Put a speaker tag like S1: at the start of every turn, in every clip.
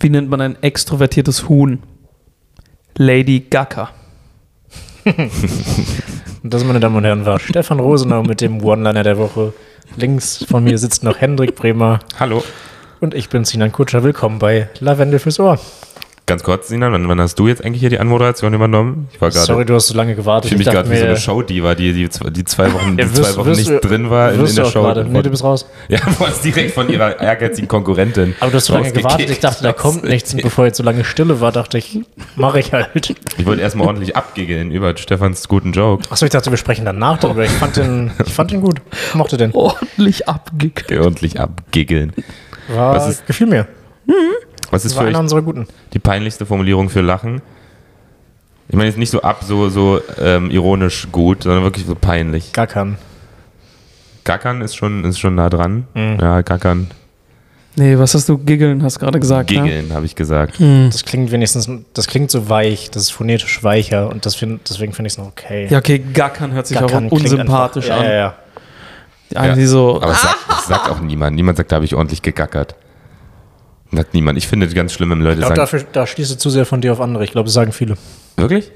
S1: Wie nennt man ein extrovertiertes Huhn? Lady Gaga.
S2: Und das, meine Damen und Herren, war Stefan Rosenau mit dem One-Liner der Woche. Links von mir sitzt noch Hendrik Bremer
S3: Hallo.
S2: und ich bin Sinan Kutscher. Willkommen bei Lavendel fürs Ohr.
S3: Ganz kurz, Sinan, wann, wann hast du jetzt eigentlich hier die Anmoderation übernommen? Ich war gerade.
S2: Sorry, du hast so lange gewartet.
S3: Ich fühle mich
S2: dachte
S3: gerade wie so eine
S2: mir,
S3: Show-Diva, die, die, zwei- die zwei Wochen, die
S2: ja, wirst-
S3: zwei Wochen
S2: wirst
S3: nicht
S2: du-
S3: drin war in,
S2: wirst
S3: in
S2: du
S3: der
S2: auch
S3: Show.
S2: gerade. Nee, du bist raus.
S3: ja, du warst direkt von ihrer ehrgeizigen Konkurrentin.
S2: Aber du hast so lange
S3: rausgekickt.
S2: gewartet. Ich dachte, da kommt nichts. Und bevor jetzt so lange Stille war, dachte ich, mache ich halt.
S3: Ich wollte erstmal ordentlich abgiggeln über Stefans guten Joke.
S2: Achso, ich dachte, wir sprechen danach darüber. Ich fand den, ich fand den gut. Ich Mochte den.
S1: Ordentlich abgekriegt.
S3: Ordentlich abgiggeln.
S2: War,
S3: was ist-
S2: gefiel mir.
S3: Was ist
S2: War
S3: für euch
S2: einer unserer guten.
S3: die peinlichste Formulierung für Lachen? Ich meine jetzt nicht so ab, so, so ähm, ironisch gut, sondern wirklich so peinlich.
S2: Gar keinen.
S3: Gackern ist schon, ist schon nah dran.
S2: Mhm.
S3: Ja, gackern.
S1: Nee, was hast du? Giggeln, hast gerade gesagt. Ne?
S3: Giggeln, habe ich gesagt.
S2: Das klingt wenigstens, das klingt so weich, das ist phonetisch weicher und das find, deswegen finde ich es noch okay.
S1: Ja, okay, Gackern hört sich
S2: Gackern
S1: auch
S2: klingt
S1: unsympathisch
S2: einfach-
S1: an.
S2: Ja, ja, ja.
S1: Die einen, die so, ah.
S3: Aber es sagt, es sagt auch niemand. Niemand sagt, da habe ich ordentlich gegackert. Sagt niemand. Ich finde es ganz schlimm, wenn Leute
S2: Ich glaube,
S3: sagen.
S2: dafür- da schließt du zu sehr von dir auf andere. Ich glaube, das sagen viele.
S3: Wirklich?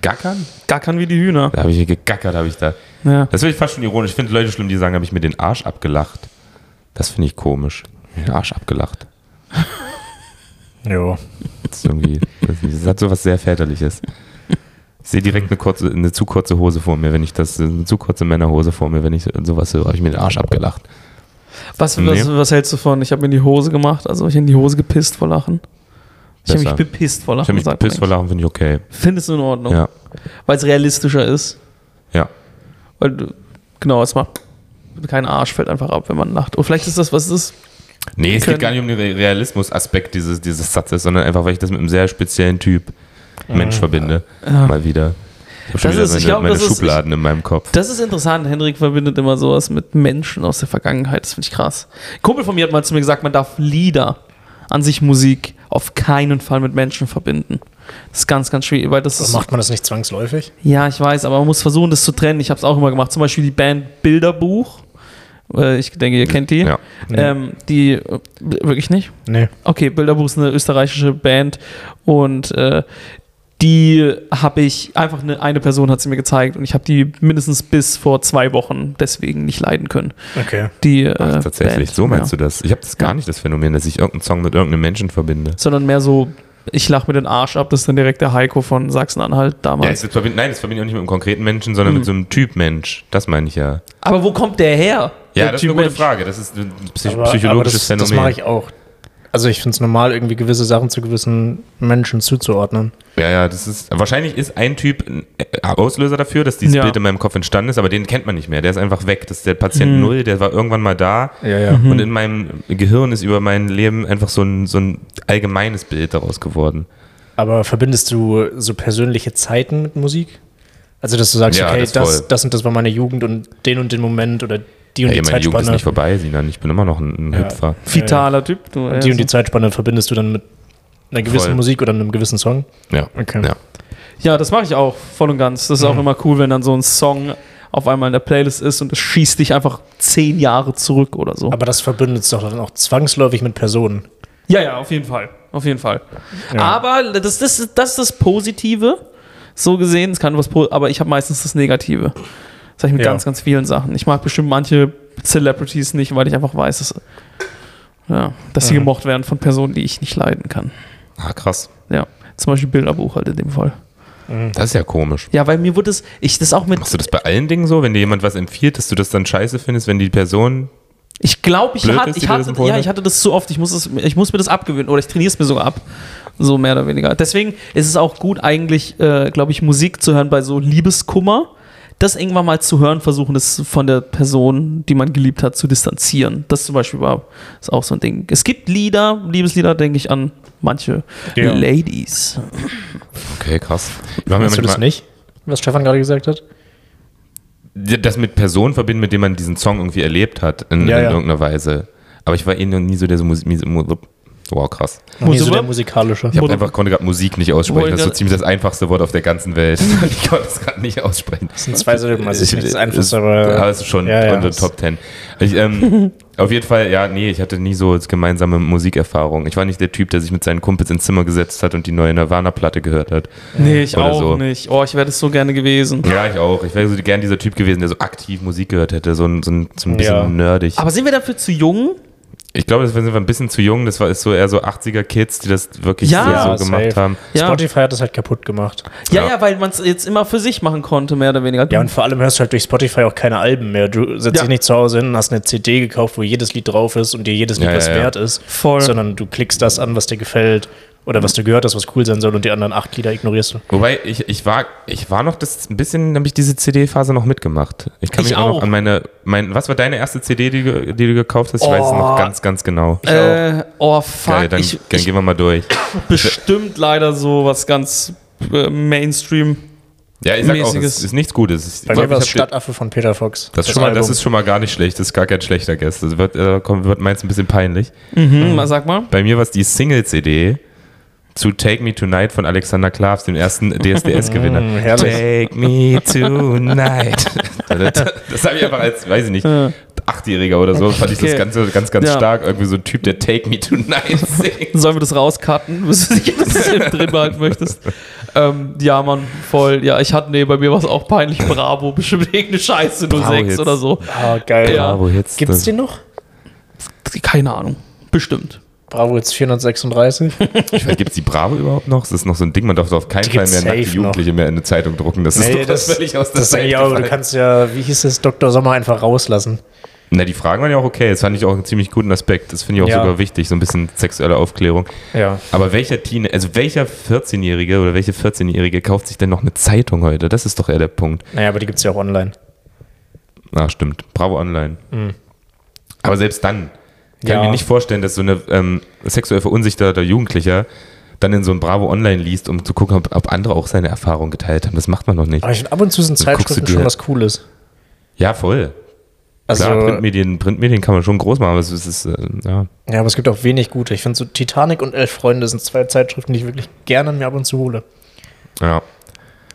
S3: Gackern?
S1: Gackern wie die Hühner.
S3: Da habe ich gegackert, habe ich da.
S1: Ja.
S3: Das finde ich fast schon ironisch. Ich finde Leute schlimm, die sagen, habe ich mir den Arsch abgelacht. Das finde ich komisch. Mir Den Arsch abgelacht.
S2: Jo.
S3: Das ist irgendwie. weiß nicht, Das hat so was sehr Väterliches. Ich sehe direkt eine, kurze, eine zu kurze Hose vor mir, wenn ich das, eine zu kurze Männerhose vor mir, wenn ich sowas höre, habe ich mir den Arsch abgelacht.
S1: Was,
S3: Nee.
S1: was, was hältst du von? Ich habe mir in die Hose gemacht, also ich habe in die Hose gepisst vor Lachen. Ich habe mich
S3: Besser.
S1: bepisst vor Lachen.
S3: Ich habe mich
S1: sagt
S3: gepisst vor
S1: man
S3: Lachen, finde ich okay.
S1: eigentlich. Findest du in Ordnung?
S3: Ja.
S1: Weil es realistischer ist.
S3: Ja.
S1: Weil, du- genau, es macht kein Arsch, fällt einfach ab, wenn man lacht. Und vielleicht ist das, was es ist.
S3: Nee, es
S1: können-
S3: geht gar nicht um den Re- Realismus-Aspekt dieses, dieses Satzes, sondern einfach, weil ich das mit einem sehr speziellen Typ Mensch verbinde. Mal wieder. Ich habe schon
S1: Ah. Das
S3: wieder
S1: ist- ich
S3: meine,
S1: glaub,
S3: meine
S1: das ist-
S3: Schubladen in meinem Kopf.
S1: Das ist interessant. Henrik verbindet immer sowas mit Menschen aus der Vergangenheit. Das finde ich krass. Ein Kumpel von mir hat mal zu mir gesagt, man darf Lieder an sich Musik auf keinen Fall mit Menschen verbinden. Das ist ganz, ganz schwierig, weil das
S2: Das
S1: ist.
S2: macht man das nicht zwangsläufig?
S1: Ja, ich weiß, aber man muss versuchen, das zu trennen. Ich habe es auch immer gemacht. Zum Beispiel die Band Bilderbuch. Äh, Ich denke, ihr kennt die.
S3: Ja.
S1: Ähm, die äh, wirklich nicht.
S2: Nee.
S1: Okay, Bilderbuch ist eine österreichische Band und äh, die habe ich einfach eine, eine Person hat sie mir gezeigt und ich habe die mindestens bis vor zwei Wochen deswegen nicht leiden können.
S2: Okay.
S1: Die äh,
S3: Ach, tatsächlich,
S1: Band,
S3: so meinst
S1: ja.
S3: du das? Ich habe das gar nicht, das Phänomen, dass ich irgendeinen Song mit irgendeinem Menschen verbinde.
S1: Sondern mehr so, ich lache mir den Arsch ab. Das ist dann direkt der Heiko von Sachsen-Anhalt
S3: Ja,
S1: damals.
S3: es verbinde, nein, das verbinde ich auch nicht mit einem konkreten Menschen, sondern
S1: Hm.
S3: mit so einem Typ Mensch. Das meine ich ja.
S1: Aber wo kommt der her?
S3: Ja,
S1: der
S3: das ist eine gute
S1: Mensch?
S3: Frage. Das ist ein psych
S2: Aber-
S3: psychologisches
S2: aber das,
S3: Phänomen.
S2: Das mache ich auch. Also ich finde es normal, irgendwie gewisse Sachen zu gewissen Menschen zuzuordnen.
S3: Ja, ja, das ist. Wahrscheinlich ist ein Typ ein äh, Auslöser dafür, dass dieses
S1: Ja.
S3: Bild in meinem Kopf entstanden ist, aber den kennt man nicht mehr. Der ist einfach weg. Das ist der Patient
S2: Mhm.
S3: Null, der war irgendwann mal da.
S2: Ja, ja.
S3: Und in meinem Gehirn ist über mein Leben einfach so ein, so ein allgemeines Bild daraus geworden.
S2: Aber verbindest du so persönliche Zeiten mit Musik? Also dass du sagst,
S3: Ja,
S2: okay,
S3: das
S2: das,
S3: voll.
S2: das, und das war meine Jugend und den und den Moment oder die und
S3: Ey,
S2: die
S3: meine Jugend ist
S2: Zeitspanne.
S3: nicht vorbei, Sinan. Ich bin immer noch ein, ein
S2: Ja.
S3: Hüpfer.
S1: Vitaler Typ. Du,
S2: Die und die Zeitspanne verbindest du dann mit einer gewissen
S3: Voll.
S2: Musik oder einem gewissen Song?
S3: Ja.
S2: Okay.
S3: ja.
S1: Ja, das mache ich auch voll und ganz. Das ist auch immer cool, wenn dann so ein Song auf einmal in der Playlist ist und es schießt dich einfach zehn Jahre zurück oder so.
S2: Aber das verbindest du doch dann auch zwangsläufig mit Personen.
S1: ja, ja, auf jeden Fall. Auf jeden Fall.
S2: Ja.
S1: Aber das, das, ist- das ist das Positive. So gesehen, es kann was, po- aber ich habe meistens das Negative. Das sag ich mit
S2: Ja.
S1: ganz, ganz vielen Sachen. Ich mag bestimmt manche Celebrities nicht, weil ich einfach weiß, dass, ja, dass sie gemocht werden von Personen, die ich nicht leiden kann.
S3: Ah, krass.
S1: Ja, zum Beispiel Bilderbuch halt in dem Fall.
S2: Mhm.
S3: Das ist ja komisch.
S1: Ja, weil mir wurde es, ich das auch mit
S3: Machst du das bei allen Dingen so, wenn dir jemand was empfiehlt, dass du das dann scheiße findest, wenn die Person.
S1: Ich glaube, ich,
S3: Blöd
S1: hatte,
S3: ist, die
S1: ich,
S3: dir das
S1: hatte,
S3: empfohlen
S1: ja,
S3: hat?
S1: ich hatte das zu oft. Ich muss, es, ich muss mir das abgewöhnen oder ich trainiere es mir sogar ab. So mehr oder weniger. Deswegen ist es auch gut, eigentlich, äh, glaube ich, Musik zu hören bei so Liebeskummer. Das irgendwann mal zu hören versuchen, das von der Person, die man geliebt hat, zu distanzieren. Das zum Beispiel war ist auch so ein Ding. Es gibt Lieder, Liebeslieder, denke ich an manche
S2: Ja.
S1: Ladies.
S3: Okay, krass. Ich mach mir
S2: Hast du das
S3: manchmal-
S2: nicht? Was Stefan gerade gesagt hat?
S3: Ja, das mit Personen verbinden, mit denen man diesen Song irgendwie erlebt hat, in,
S2: Ja,
S3: in
S2: ja.
S3: irgendeiner Weise. Aber ich war eh noch nie so der so Musik. Wow, krass.
S2: Nee, so
S1: Musik-
S2: der musikalische.
S3: Ich hab
S1: Oder-
S3: einfach, konnte gerade Musik nicht aussprechen.
S1: Wollte-
S3: Das ist so
S2: ne?
S3: ziemlich das einfachste Wort auf der ganzen Welt. ich konnte es gerade nicht aussprechen.
S2: Das sind zwei Silben, also ist nicht das Einfachste,
S3: Da
S2: aber
S3: hast du schon
S2: Ja, ja.
S3: unsere Top Ten. Ich, ähm, Auf jeden Fall, ja, nee, ich hatte nie so als gemeinsame Musikerfahrung. Ich war nicht der Typ, der sich mit seinen Kumpels ins Zimmer gesetzt hat und die neue Nirvana-Platte gehört hat.
S1: Nee, ich
S3: Äh, Oder
S1: auch
S3: so.
S1: nicht. Oh, ich wäre das so gerne gewesen.
S3: Ja, ich auch. Ich wäre so gern dieser Typ gewesen, der so aktiv Musik gehört hätte, so ein, so ein, so ein bisschen
S2: Ja.
S3: nerdig.
S1: Aber sind wir dafür zu jung?
S3: ich glaube, das sind wir ein bisschen zu jung. Das war ist so eher so 80er-Kids, die das wirklich
S1: Ja,
S3: so, so gemacht
S2: safe.
S3: haben.
S1: Ja.
S2: Spotify hat das halt kaputt gemacht.
S1: Ja, ja,
S3: Ja.
S1: weil man es jetzt immer für sich machen konnte, mehr oder weniger.
S2: Ja, und vor allem hörst du halt durch Spotify auch keine Alben mehr. Du setzt
S1: Ja.
S2: dich nicht zu Hause hin, hast eine CD gekauft, wo jedes Lied drauf ist und dir jedes Lied
S3: Ja,
S2: was
S3: ja, ja.
S2: wert ist.
S1: Voll.
S2: Sondern du klickst das an, was dir gefällt oder was du gehört hast, was cool sein soll und die anderen acht Lieder ignorierst du.
S3: Wobei, ich, ich, war, ich war noch das ein bisschen, habe ich diese CD-Phase noch mitgemacht. Ich kann
S1: Ich
S3: mich auch
S1: auch.
S3: noch an meine, mein, was war deine erste CD, die, du- die du gekauft hast? Ich weiß es
S1: Oh.
S3: noch ganz, ganz genau.
S1: äh, oh, fuck.
S3: Geil, dann,
S1: ich
S3: dann
S1: ich
S3: gehen wir mal durch.
S1: bestimmt leider so was ganz äh, Mainstream.
S3: Ja, ich sag auch,
S1: mäßiges-
S3: es ist nichts Gutes. Ich
S2: Bei
S3: glaub,
S2: mir war
S3: ich
S2: es
S3: hab dir-
S2: Stadtaffe von Peter Fox.
S3: Das, ist schon mal, das
S2: Album.
S3: ist schon mal gar nicht schlecht. Das ist gar kein schlechter Gast. Das wird, äh, kommt, wird meins ein bisschen peinlich.
S1: Mhm, mal sag mal.
S3: Bei mir war es die Single-CD zu Take Me Tonight von Alexander Klavs, dem ersten
S2: Mm,
S3: DSDS-Gewinner.
S2: herrlich.
S3: Take Me Tonight. das habe ich einfach als, weiß ich nicht, Achtjähriger oder so, fand ich
S1: Okay.
S3: das Ganze ganz, ganz
S1: Ja.
S3: stark. Irgendwie so ein Typ, der Take Me Tonight singt.
S1: Sollen wir das rauscutten, bis du dich das drin behalten möchtest? Ähm, ja, Mann, voll. Ja, ich hatte, nee, bei mir war es auch peinlich. Bravo, bestimmt irgendeine Scheiße, 06
S3: jetzt.
S1: oder so.
S2: Ah, geil.
S1: Ja.
S3: Bravo äh, Hits.
S2: Gibt's
S3: das-
S2: den noch?
S1: Keine Ahnung. Bestimmt.
S2: Bravo jetzt 436.
S3: Ich weiß, gibt's die Bravo überhaupt noch? Das ist noch so ein Ding, man darf doch auf keinen
S2: Die
S3: Fall
S2: gibt's
S3: mehr nackte
S2: safe
S3: Jugendliche mehr in eine Zeitung drucken. Das ist doch völlig aus der
S2: das sag
S3: Zeit
S2: ich auch, du
S3: gefallen.
S2: kannst ja, wie hieß es, Dr. Sommer einfach rauslassen.
S3: Na, die Fragen waren ja auch okay. Das fand ich auch einen ziemlich guten Aspekt. Das finde ich auch
S2: Ja.
S3: sogar wichtig, so ein bisschen sexuelle Aufklärung.
S2: Ja.
S3: Aber welcher Teen, also welcher 14-Jährige oder welche 14-Jährige kauft sich denn noch eine Zeitung heute? Das ist doch eher der Punkt.
S2: Naja, aber die gibt's ja auch online.
S3: Ah, stimmt. Bravo Online. Aber selbst dann kann
S2: Mhm. Ja.
S3: ich mir nicht vorstellen, dass so eine ähm, sexuell verunsicherter Jugendlicher dann in so ein Bravo Online liest, um zu gucken, ob, ob andere auch seine Erfahrung geteilt haben. Das macht man noch nicht.
S2: Aber ich finde, ab und zu sind
S3: Dann guckst du
S2: Zeitschriften
S3: dir-
S2: schon was Cooles.
S3: Ja, voll.
S2: Also,
S3: Klar, Printmedien, Printmedien kann man schon groß machen, aber es ist, es ist äh, ja.
S2: ja, aber es gibt auch wenig gute. Ich finde so Titanic und Elf Freunde sind zwei Zeitschriften, die ich wirklich gerne mir ab und zu hole.
S3: Ja.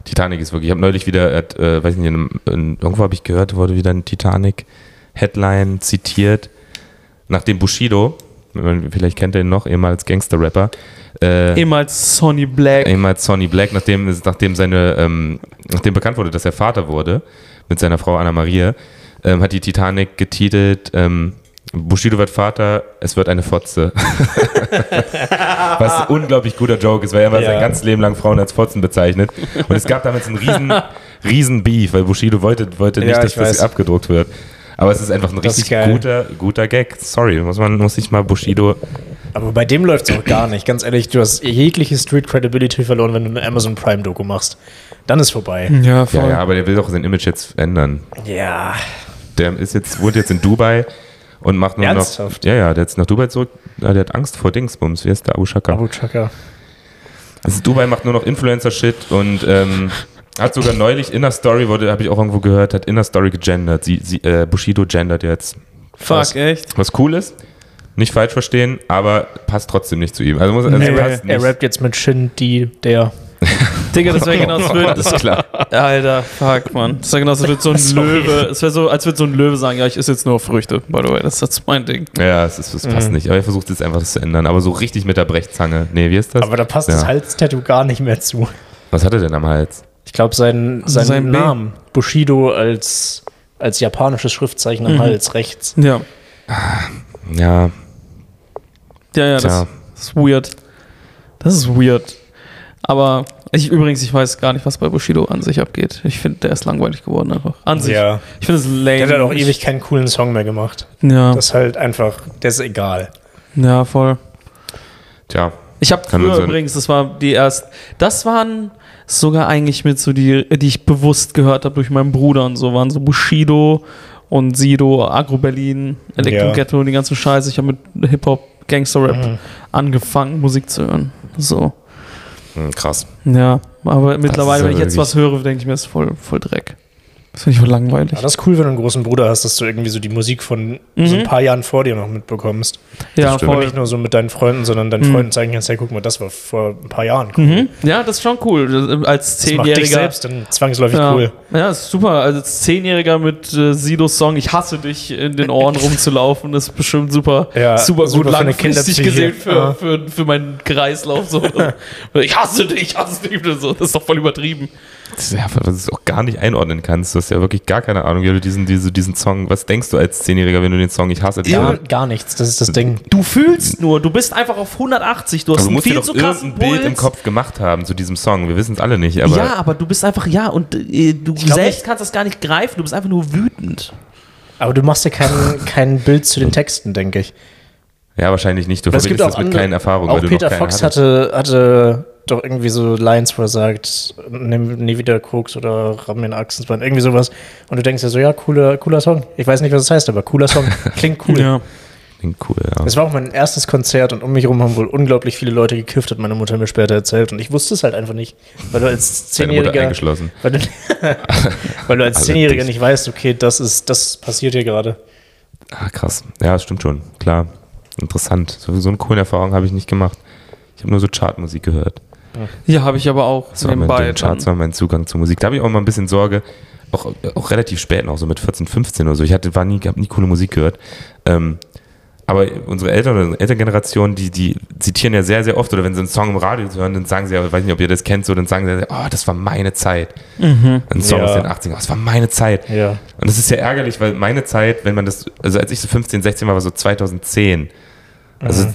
S3: Titanic ist wirklich. Ich habe neulich wieder, äh, weiß nicht, in, einem- in, irgendwo habe ich gehört, wurde wieder ein Titanic-Headline zitiert, nachdem Bushido, man- vielleicht kennt ihr ihn noch, ehemals Gangster-Rapper, äh,
S1: Ehemals Sonny Black.
S3: ehemals Sonny Black, nachdem, nachdem, seine, ähm, nachdem bekannt wurde, dass er Vater wurde, mit seiner Frau Anna Maria, ähm, hat die Titanic getitelt, ähm, Bushido wird Vater, es wird eine Fotze. Was ein unglaublich guter Joke ist, weil er war
S2: Ja.
S3: sein ganzes Leben lang Frauen als Fotzen bezeichnet. Und es gab damals einen riesen, riesen Beef, weil Bushido wollte, wollte nicht,
S2: Ja,
S3: dass
S2: ich
S3: das
S2: weiß.
S3: abgedruckt wird. Aber es ist einfach ein
S2: Das ist
S3: richtig
S2: geil.
S3: guter, guter Gag. Sorry, muss man muss ich mal Bushido.
S2: Aber bei dem läuft's auch gar nicht. Ganz ehrlich, du hast jegliche Street Credibility verloren, wenn du eine Amazon Prime Doku machst. Dann ist
S3: Hm.
S2: vorbei.
S1: Ja,
S3: Ja, ja, aber der will doch sein Image jetzt ändern.
S2: Ja.
S3: Der ist jetzt, wohnt jetzt in Dubai und macht nur
S2: Ernsthaft?
S3: noch. Ja, ja, der ist nach Dubai zurück. Ja, der hat Angst vor Dingsbums. Wie ist der Abu Shaka?
S2: Abu Chaka.
S3: Also Dubai macht nur noch Influencer-Shit und ähm, hat sogar neulich Inner Story, wurde, habe ich auch irgendwo gehört, hat Inner Story gegendert. Sie, sie, äh, Bushido gendert jetzt.
S1: Fuck,
S2: Was?
S1: echt.
S3: Was cool ist, nicht falsch verstehen, aber passt trotzdem nicht zu ihm. Also, muss, also
S2: Nee,
S3: passt
S2: er
S3: nicht.
S2: rappt jetzt mit Shin, die, der.
S1: Digga, das wäre genau das Bild.
S3: Alles klar.
S1: Alter, fuck, Mann. Das wäre genau, das wird so ein
S2: Sorry.
S1: Löwe. Es wäre so, als würde so ein Löwe sagen, ja, ich esse jetzt nur Früchte, by the way. Das ist jetzt mein Ding.
S3: Ja, es, ist, es passt
S2: Mhm.
S3: nicht. Aber er versucht jetzt einfach das zu ändern. Aber so richtig mit der Brechzange. Nee, wie ist das?
S2: Aber da passt
S3: ja.
S2: das Halstattoo gar nicht mehr zu.
S3: Was hat er denn am Hals?
S2: Ich glaube, sein, sein,
S1: Sein B.
S2: Namen. Bushido als, als japanisches Schriftzeichen am Hals rechts.
S1: Ja.
S3: Ja,
S1: Ja, ja, das
S3: Tja.
S1: ist weird. Das ist weird. Aber ich übrigens, ich weiß gar nicht, was bei Bushido an sich abgeht. Ich finde, der ist langweilig geworden einfach. An sich.
S2: Ja.
S1: Ich finde es lame.
S2: Also Der hat halt auch
S1: Ich-
S2: ewig keinen coolen Song mehr gemacht.
S1: Ja,
S2: Das ist halt einfach, der ist egal.
S1: ja, voll.
S3: tja.
S1: Ich habe
S3: Kann
S1: früher
S3: man so-
S1: übrigens, das war die erst, das waren sogar eigentlich mit so die, die ich bewusst gehört habe durch meinen Bruder und so, waren so Bushido und Sido, Agro Berlin, Electro
S2: Ja. Mhm.
S1: Ghetto und die ganze Scheiße. Ich habe mit Hip-Hop, Gangster-Rap angefangen, Musik zu hören. So.
S3: Hm, Krass.
S1: Ja, aber mittlerweile,
S3: ja
S1: wenn ich jetzt
S3: wirklich-
S1: was höre, denke ich mir, ist voll, voll Dreck. Das finde ich wohl langweilig.
S2: Ja, das ist cool, wenn du einen großen Bruder hast, dass du irgendwie so die Musik von so ein paar Jahren vor dir noch mitbekommst.
S1: ja,
S3: stimmt.
S2: Und
S1: voll.
S2: nicht nur so mit deinen Freunden, sondern deinen Freunden zeigen kannst, hey, guck mal, das war vor ein paar Jahren cool.
S1: Mhm. Ja, das ist schon cool. Als
S2: Das macht dich
S1: Zehnjähriger.
S2: selbst dann zwangsläufig
S1: Ja.
S2: cool.
S1: ja, ist super. Also als Zehnjähriger mit äh, Sidos Song Ich hasse dich in den Ohren rumzulaufen, ist bestimmt super,
S2: Ja,
S1: super,
S2: super
S1: gut
S2: für eine
S1: langfristig
S2: Kinderpsyche.
S1: gesehen für,
S2: Ja.
S1: für, für meinen Kreislauf. So. ich hasse dich, ich hasse dich. So. Das ist doch voll übertrieben.
S3: Das ist ja, was du auch gar nicht einordnen kannst. Du hast ja wirklich gar keine Ahnung, wie du diesen, diese, diesen Song, was denkst du als Zehnjähriger, wenn du den Song Ich hasse dich?
S2: Gar,
S3: hörst?
S2: gar nichts, das ist das Ding.
S1: Du fühlst nur, du bist einfach auf 180. Du hast
S3: Also du
S1: einen
S3: musst dir
S1: viel
S3: doch
S1: zu krassen
S3: irgendein Bild
S1: Puls.
S3: im Kopf gemacht haben zu diesem Song. Wir wissen es alle nicht, aber
S1: ja, aber du bist einfach, ja, und äh, du
S2: glaub
S1: selbst
S2: nicht-
S1: kannst das gar nicht greifen, du bist einfach nur wütend.
S2: Aber du machst ja kein, kein Bild zu den Texten, denke ich.
S3: ja, wahrscheinlich nicht. Du
S2: Aber es gibt
S3: verbindest
S2: auch
S3: das mit
S2: andere,
S3: keinen Erfahrungen,
S2: Auch
S3: weil du
S2: Peter
S3: noch keine
S2: Fox
S3: hattest.
S2: hatte, hatte doch irgendwie so Lines, wo er sagt, nimm nie wieder Koks oder ramm mir ein Achsensbein, irgendwie sowas. Und du denkst ja so, ja, cooler, cooler Song. Ich weiß nicht, was es heißt, aber cooler Song. Klingt cool.
S3: Klingt cool, ja.
S2: Das war auch mein erstes Konzert und um mich herum haben wohl unglaublich viele Leute gekifft, hat meine Mutter mir später erzählt. Und ich wusste es halt einfach nicht, weil du als
S3: Deine Mutter
S2: Zehnjähriger,
S3: eingeschlossen. Also
S2: weil du, weil du als
S3: Alle
S2: Zehnjähriger
S3: dicht.
S2: nicht weißt, okay, das ist, das passiert hier gerade.
S3: Ah, krass. Ja, das stimmt schon. Klar. Interessant. So, so eine coole Erfahrung habe ich nicht gemacht. Ich habe nur so Chartmusik gehört.
S1: Hier habe ich aber auch
S3: Das war mein, den Charts war mein Zugang zur Musik. Da habe ich auch mal ein bisschen Sorge, auch, auch relativ spät noch, so mit 14, 15 oder so. Ich hatte, war nie, habe nie coole Musik gehört. Ähm, aber unsere Eltern oder unsere Elterngeneration, die, die zitieren ja sehr, sehr oft, oder wenn sie einen Song im Radio hören, dann sagen sie ja, ich weiß nicht, ob ihr das kennt, so, dann sagen sie, ja, oh, das war meine Zeit. Ein Song aus
S2: Mhm. Ja.
S3: den 80ern, oh, das war meine Zeit.
S2: Ja.
S3: Und das ist ja ärgerlich, weil meine Zeit, wenn man das, also als ich so 15, 16 war, war so 2010. Also
S1: Mhm.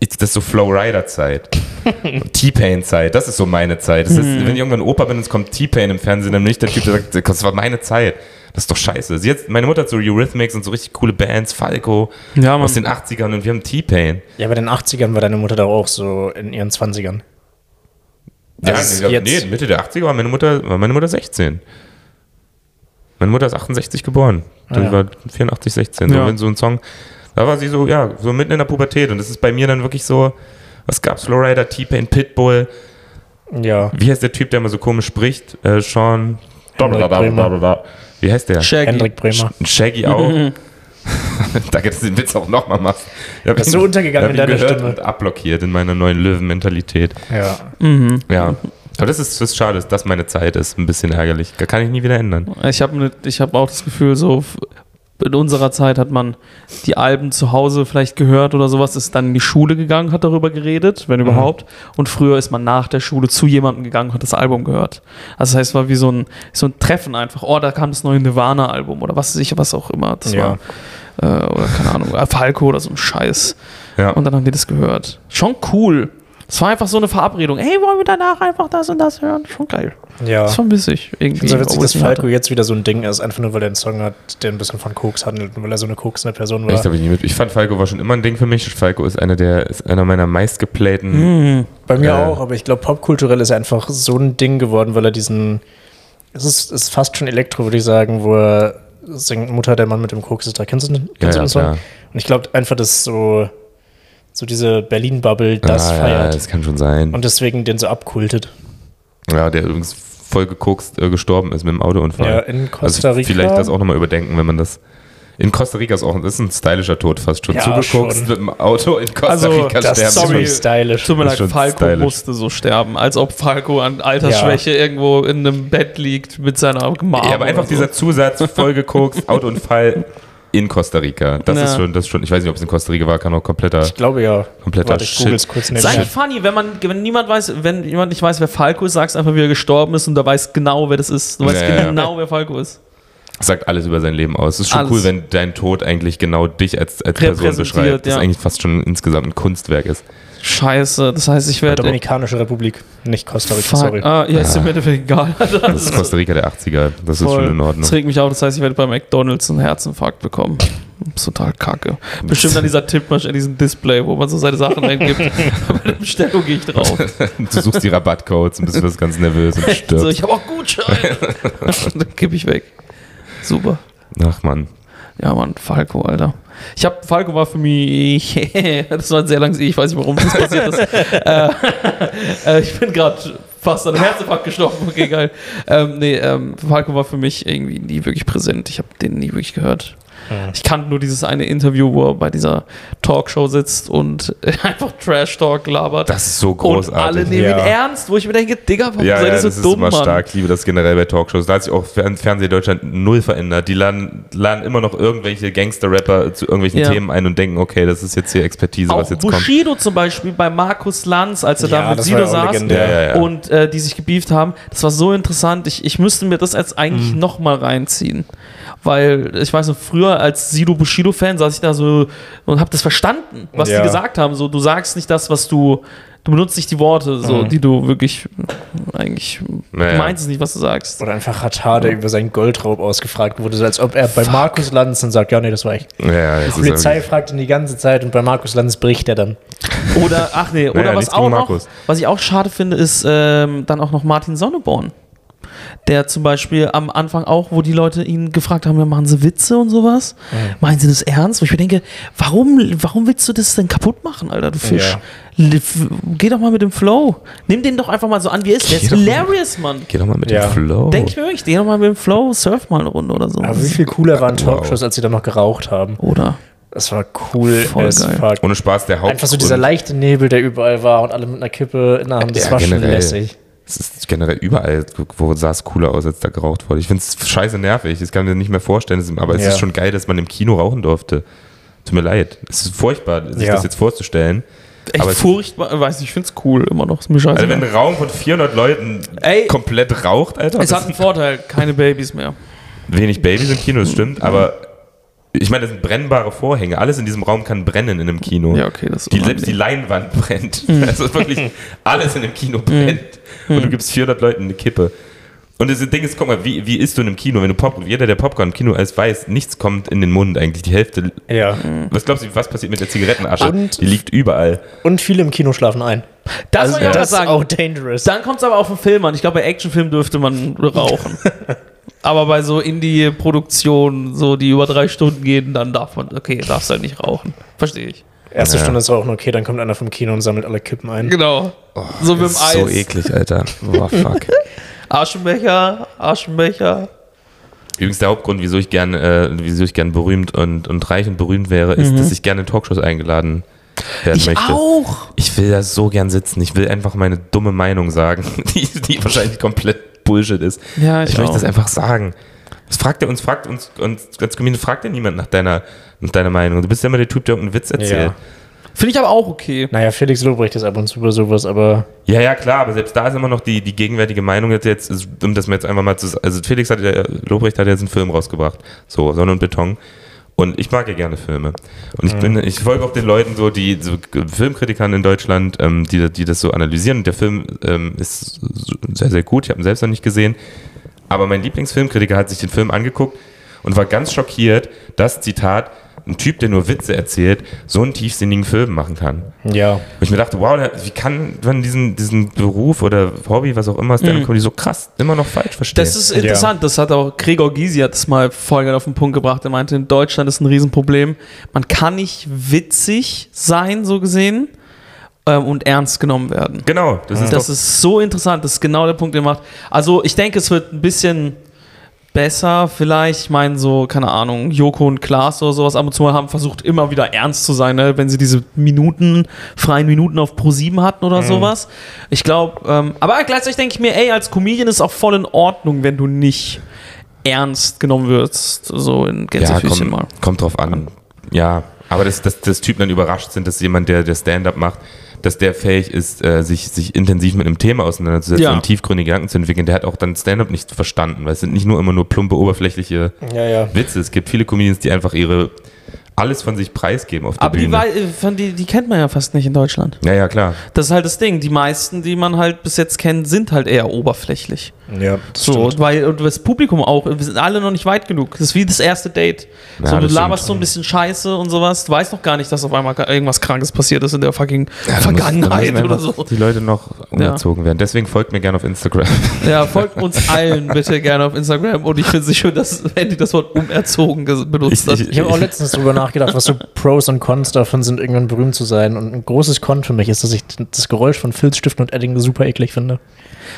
S3: ich- das ist so Flow Rider Zeit. T-Pain Zeit, das ist so meine Zeit. Das
S1: Mhm.
S3: ist, wenn ich irgendwann Opa bin und es kommt T-Pain im Fernsehen, dann bin ich der Typ, der sagt, das war meine Zeit. Das ist doch scheiße. Sie hat, meine Mutter hat so Eurythmics und so richtig coole Bands, Falco
S1: Ja, Mann.
S3: aus den 80ern und wir haben T-Pain.
S2: Ja, bei den 80ern war deine Mutter doch auch so in ihren 20ern.
S3: Ja,
S2: Also
S3: ich glaub,
S2: jetzt-
S3: nee, Mitte der 80er war meine Mutter, war meine Mutter 16. Meine Mutter ist 68 geboren. Die
S2: Ah, ja.
S3: war 84, 16. So,
S1: Ja.
S3: wenn so ein Song, da war sie so, ja, so mitten in der Pubertät. Und das ist bei mir dann wirklich so, was gab's? Flowrider, T-Pain, Pitbull.
S2: Ja.
S3: Wie heißt der Typ, der immer so komisch spricht? Äh, Sean.
S2: Hendrik Bremer.
S3: Wie heißt der?
S1: Shaggy.
S2: Hendrik Bremer.
S3: Sch- Shaggy auch. Danke, dass du den Witz auch nochmal machst. Ich hab
S2: Das ist so untergegangen
S3: ich hab
S2: in
S3: ihn
S2: deiner
S3: gehört
S2: Stimme.
S3: und abblockiert in meiner neuen Löwenmentalität.
S2: Ja.
S3: Ja. Aber das ist, das ist schade, dass das meine Zeit ist. Ein bisschen ärgerlich. Da Kann ich nie wieder ändern.
S1: Ich habe ne, ich hab auch das Gefühl, so f- in unserer Zeit hat man die Alben zu Hause vielleicht gehört oder sowas, ist dann in die Schule gegangen, hat darüber geredet,
S2: Mhm.
S1: wenn überhaupt. Und früher ist man nach der Schule zu jemandem gegangen, hat das Album gehört. Also das heißt, es war wie so ein, so ein Treffen einfach. Oh, da kam das neue Nirvana-Album oder was weiß ich, was auch immer. Das
S2: Ja.
S1: war, äh, oder keine Ahnung, Falco oder so ein Scheiß.
S3: Ja.
S1: Und dann haben die das gehört. Schon cool. Es war einfach so eine Verabredung. Hey, wollen wir danach einfach das und das hören? Schon geil.
S2: Ja.
S1: Das vermisse ich irgendwie.
S2: Ich finde es so witzig,
S1: obwohl
S2: dass
S1: ich ihn hatte.
S2: Falco jetzt wieder so ein Ding ist, einfach nur weil er einen Song hat, der ein bisschen von Koks handelt und weil er so eine koksende Person war.
S3: Echt, hab ich, nie mit. ich fand Falco war schon immer ein Ding für mich. Falco ist einer der ist einer meiner
S2: Mhm.
S3: meistgeplayten.
S1: Mm.
S2: Bei mir
S3: Äh.
S2: auch, aber ich glaube, popkulturell ist er einfach so ein Ding geworden, weil er diesen. Es ist, ist fast schon Elektro, würde ich sagen, wo er singt Mutter, der Mann mit dem Koks ist da. Kennst du den,
S3: Ja,
S2: kennst
S3: ja,
S2: du den Song?
S3: klar.
S2: Und ich glaube einfach, dass so, so diese Berlin-Bubble das
S3: Ah, ja,
S2: feiert
S3: das kann schon sein.
S2: und deswegen den so abkultet.
S3: ja, der übrigens voll gekokst äh, gestorben ist mit dem Autounfall. Also
S2: Ja, in Costa Rica.
S3: vielleicht das auch nochmal überdenken, wenn man das. In Costa Rica ist auch das ist ein stylischer Tod fast schon.
S2: Ja,
S3: Zugekokst
S2: schon.
S3: mit dem Auto in Costa
S1: Also,
S3: Rica
S2: Das ist
S1: Sorry.
S2: schon stylisch.
S1: Tut mir
S3: Das
S1: leid,
S3: ist schon
S1: Falco
S3: stylisch.
S1: musste so sterben, als ob Falco an Altersschwäche irgendwo in einem Bett liegt mit seiner Marmor.
S3: Ja, aber einfach
S1: so.
S3: dieser Zusatz, voll gekokst, Autounfall in Costa Rica. Das
S1: Ja.
S3: ist schon, das ist schon, ich weiß nicht, ob es in Costa Rica war, kann auch kompletter.
S2: Ich glaube ja.
S3: Kompletter
S2: Warte, ich
S3: Shit.
S2: google es kurz
S1: Ist eigentlich
S2: nebenher.
S1: funny, wenn man, wenn niemand weiß, wenn jemand nicht weiß, wer Falco ist, sagst einfach, wie er gestorben ist und da weiß genau, wer das ist. Du weißt
S3: Ja, ja, ja.
S1: genau, wer Falco ist.
S3: sagt alles über sein Leben aus. Es ist schon
S1: Alles.
S3: cool, wenn dein Tod eigentlich genau dich als, als Person
S1: Repräsentiert,
S3: beschreibt. Das
S1: ja.
S3: eigentlich fast schon insgesamt ein Kunstwerk ist.
S1: Scheiße, das heißt, ich werde.
S2: Äh, Dominikanische Republik, nicht Costa Rica, sorry.
S1: Fuck. Ah, ja, ist im Endeffekt egal.
S3: Das ist Costa Rica der 80er. Das ist
S1: Voll.
S3: schon in
S1: Das
S3: Ordnung.
S1: regt mich auf, das heißt, ich werde bei McDonalds einen Herzinfarkt bekommen. Das ist total kacke. Bestimmt an dieser Tippmasch, an diesem Display, wo man so seine Sachen eingibt. Bei der Bestellung gehe ich drauf.
S3: Du suchst die Rabattcodes und bist das ganz nervös und
S1: So,
S3: stirbst.
S1: ich habe auch Gutschein. Dann kipp ich weg. Super.
S3: Ach man.
S1: Ja, Mann, Falco, Alter. Ich habe Falco war für mich. das war ein sehr langes E, ich weiß nicht, warum das passiert ist. äh, äh, ich bin gerade fast an einem Herzinfarkt gestorben. Okay, geil. Ähm, nee, ähm, Falco war für mich irgendwie nie wirklich präsent. Ich habe den nie wirklich gehört.
S3: Mhm.
S2: Ja.
S1: Ich kannte nur dieses eine Interview, wo er bei dieser Talkshow sitzt und einfach Trash-Talk labert.
S3: Das ist so
S1: und alle
S3: großartig.
S1: nehmen
S2: Ja.
S1: ihn ernst, wo ich mir denke, Digga, warum
S3: ja,
S1: seid ihr
S3: ja, das
S1: so
S3: ist
S1: dumm,
S3: immer
S1: Mann?
S3: stark. Ich liebe das generell bei Talkshows. Da hat sich auch Fern- Fernsehen Deutschland null verändert. Die laden, laden immer noch irgendwelche Gangster-Rapper zu irgendwelchen
S1: Ja.
S3: Themen ein und denken, okay, das ist jetzt hier Expertise,
S1: Auch
S3: was jetzt kommt.
S1: Bushido zum Beispiel bei Markus Lanz, als er
S2: Ja,
S1: also da mit
S2: das
S1: Sido
S2: war ja auch
S1: saß
S2: legendär.
S3: Ja, ja, ja.
S1: und äh, die sich gebieft haben. Das war so interessant. Ich, ich müsste mir das jetzt eigentlich
S2: Mhm.
S1: noch nochmal reinziehen. Weil ich weiß noch, früher als Sido Bushido-Fan saß ich da so und habe das verstanden, was
S2: Ja.
S1: die gesagt haben. So, du sagst nicht das, was du. Du benutzt nicht die Worte, so,
S2: Mhm.
S1: die du wirklich eigentlich.
S3: Naja.
S1: Du meinst es nicht, was du sagst.
S2: Oder einfach Hatar, der über seinen Goldraub ausgefragt wurde, so als ob er bei Markus Lanz dann sagt, ja, nee, das war ich.
S3: Ja, ja, das
S2: Die
S3: ist
S2: Polizei
S3: irgendwie-
S2: fragt ihn die ganze Zeit und bei Markus Lanz bricht er dann.
S1: Oder, ach nee, oder
S3: Naja,
S1: was
S3: nichts gegen
S1: auch noch,
S3: Markus.
S1: was ich auch schade finde, ist ähm, dann auch noch Martin Sonneborn. Der zum Beispiel am Anfang auch, wo die Leute ihn gefragt haben, ja, machen sie Witze und sowas? Meinen sie das ernst? Wo ich mir denke, warum, warum willst du das denn kaputt machen, Alter, du Fisch? Le- f- Geh doch mal mit dem Flow. Nimm den doch einfach mal so an, wie er ist. Der
S3: Geh
S1: ist
S3: doch mal-
S1: hilarious, Mann.
S3: Geh doch mal mit
S2: Ja.
S3: dem Flow.
S1: Denk ich mir wirklich, geh doch mal mit dem Flow, surf mal eine Runde oder so.
S3: Also
S2: Aber wie viel cooler waren Talkshows, als sie dann noch geraucht haben.
S1: Oder?
S2: Das war cool
S1: Voll
S2: as
S1: geil.
S2: fuck.
S3: Ohne Spaß, der Haupt.
S2: Einfach so dieser leichte Nebel, der überall war und alle mit einer Kippe in der Hand. Das
S3: Ja,
S2: war schon
S3: generell.
S2: lässig.
S3: Es ist generell überall, wo sah es cooler aus, als da geraucht wurde. Ich finde es scheiße nervig. Das kann man mir nicht mehr vorstellen. Es ist- Aber es
S2: Ja.
S3: ist schon geil, dass man im Kino rauchen durfte. Tut mir leid. Es ist furchtbar, sich
S2: Ja.
S3: das jetzt vorzustellen.
S1: Echt
S3: Aber es-
S1: furchtbar, weiß nicht, ich find's cool immer noch, ist mir scheiße.
S3: Also wenn ein Raum von 400 Leuten
S1: Ey.
S3: komplett raucht, Alter,
S1: es
S3: das
S1: hat einen Vorteil, keine Babys mehr.
S3: wenig Babys im Kino, das stimmt, aber ich meine, das sind brennbare Vorhänge. Alles in diesem Raum kann brennen in einem Kino.
S1: Ja, okay, das ist Mhm.
S3: die, selbst die Leinwand brennt. Also wirklich alles in dem Kino brennt. Und du gibst 400 Leuten eine Kippe. Und das Ding ist, guck mal, wie, wie isst du in einem Kino, wenn du Popcorn, jeder, der Popcorn im Kino alles weiß, nichts kommt in den Mund eigentlich, die Hälfte.
S2: Ja.
S1: Mhm.
S3: Was glaubst du, was passiert mit der Zigarettenasche?
S2: Und-
S3: die liegt überall.
S2: Und viele im Kino schlafen ein. Also
S1: Das wollte ich auch
S2: das
S1: das sagen.
S2: auch dangerous.
S1: Dann kommt es aber auf den Film an. Ich glaube, bei Actionfilmen dürfte man rauchen. aber bei so Indie-Produktionen, so die über drei Stunden gehen, dann darf man, okay, darfst halt nicht rauchen. Verstehe ich.
S2: Erste
S3: Ja.
S2: Stunde ist Rauchen okay, dann kommt einer vom Kino und sammelt alle Kippen ein.
S1: Genau. so mit
S3: Oh, Das
S1: dem
S3: ist so
S1: Eis.
S3: eklig, Alter. Boah, fuck.
S1: Aschenbecher, Aschenbecher.
S3: Übrigens der Hauptgrund, wieso ich gern, äh, wieso ich gern berühmt und, und reich und berühmt wäre, ist, dass ich gerne in Talkshows eingeladen werden
S1: Mhm. Ich
S3: möchte.
S1: auch.
S3: Ich will da so gern sitzen. Ich will einfach meine dumme Meinung sagen, die, die wahrscheinlich komplett Bullshit ist.
S1: Ja,
S3: ich
S1: ich
S3: möchte das
S1: auch.
S3: einfach sagen. Was fragt er uns, fragt uns, uns als Comedian fragt ja niemand nach deiner, nach deiner Meinung. Du bist ja immer der Typ, der irgendeinen Witz erzählt.
S1: Finde ich aber auch okay.
S2: Naja, Felix Lobrecht ist ab und zu über sowas, aber
S3: Ja. ja, klar, aber selbst da ist immer noch die, die gegenwärtige Meinung jetzt, jetzt ist- um das mal jetzt einfach mal zu, also Felix hat ja, Lobrecht hat jetzt einen Film rausgebracht. So, Sonne und Beton. Und ich mag ja gerne Filme. Und ich bin, ich folge auch den Leuten so, die so Filmkritikern in Deutschland, ähm, die, die das so analysieren. Und der Film ähm, ist so- sehr, sehr gut. Ich habe ihn selbst noch nicht gesehen. Aber mein Lieblingsfilmkritiker hat sich den Film angeguckt und war ganz schockiert, dass, Zitat, ein Typ, der nur Witze erzählt, so einen tiefsinnigen Film machen kann.
S2: ja.
S3: Wo ich mir dachte, wow, da- wie kann man diesen, diesen Beruf oder Hobby, was auch immer, Stand-Up-Comedy so krass immer noch falsch verstehen?
S1: Mhm. Das ist interessant. Das hat auch Gregor Gysi hat das mal folgend auf den Punkt gebracht. Er meinte, in Deutschland ist ein Riesenproblem. Man kann nicht witzig sein, so gesehen, ähm, und ernst genommen werden.
S3: genau, das ist
S1: Das
S3: doch,
S1: ist so interessant, das ist genau der Punkt, den macht. Also ich denke, es wird ein bisschen besser vielleicht. Ich meine so, keine Ahnung, Joko und Klaas oder sowas ab und zu mal haben versucht, immer wieder ernst zu sein, ne? wenn sie diese Minuten, freien Minuten auf Pro7 hatten oder sowas. Ich glaube, ähm, aber gleichzeitig denke ich mir, ey, als Comedian ist auch voll in Ordnung, wenn du nicht ernst genommen wirst, so in
S3: ja,
S1: Gänsefüßchen mal.
S3: kommt, kommt drauf an. Ja, aber dass, dass, dass Typen dann überrascht sind, dass jemand, der, der Stand-Up macht, dass der fähig ist, äh, sich, sich intensiv mit einem Thema auseinanderzusetzen
S1: Ja.
S3: und tiefgründige Gedanken zu entwickeln, der hat auch dann Stand-Up nicht verstanden, weil es sind nicht nur immer nur plumpe, oberflächliche
S2: Ja, ja.
S3: Witze. Es gibt viele Comedians, die einfach ihre alles von sich preisgeben auf der
S1: Aber die,
S3: Bühne.
S1: wei- äh, von die, die kennt man ja fast nicht in Deutschland.
S3: ja, ja, klar.
S1: Das ist halt das Ding. Die meisten, die man halt bis jetzt kennt, sind halt eher oberflächlich.
S2: Ja, das
S1: So,
S2: stimmt.
S1: weil und das Publikum auch, wir sind alle noch nicht weit genug. Das ist wie das erste Date.
S3: Ja,
S1: so, du
S3: das
S1: laberst
S3: stimmt.
S1: so ein bisschen Scheiße und sowas. Du weißt noch gar nicht, dass auf einmal ka- irgendwas Krankes passiert ist in der fucking
S3: Da muss- da
S1: Vergangenheit
S3: müssen
S1: oder
S3: einfach
S1: so.
S3: Die Leute noch unerzogen werden. Deswegen folgt mir gerne auf Instagram.
S1: Ja, folgt uns allen bitte gerne auf Instagram. Und ich finde es schön, dass Andy das Wort unerzogen ges- benutzt
S3: Ich-
S1: hat.
S3: ich-
S2: Ich habe auch letztens drüber nachgedacht, was so Pros und Cons davon sind, irgendwann berühmt zu sein. Und ein großes Con für mich ist, dass ich das Geräusch von Filzstiften und Edding super eklig finde.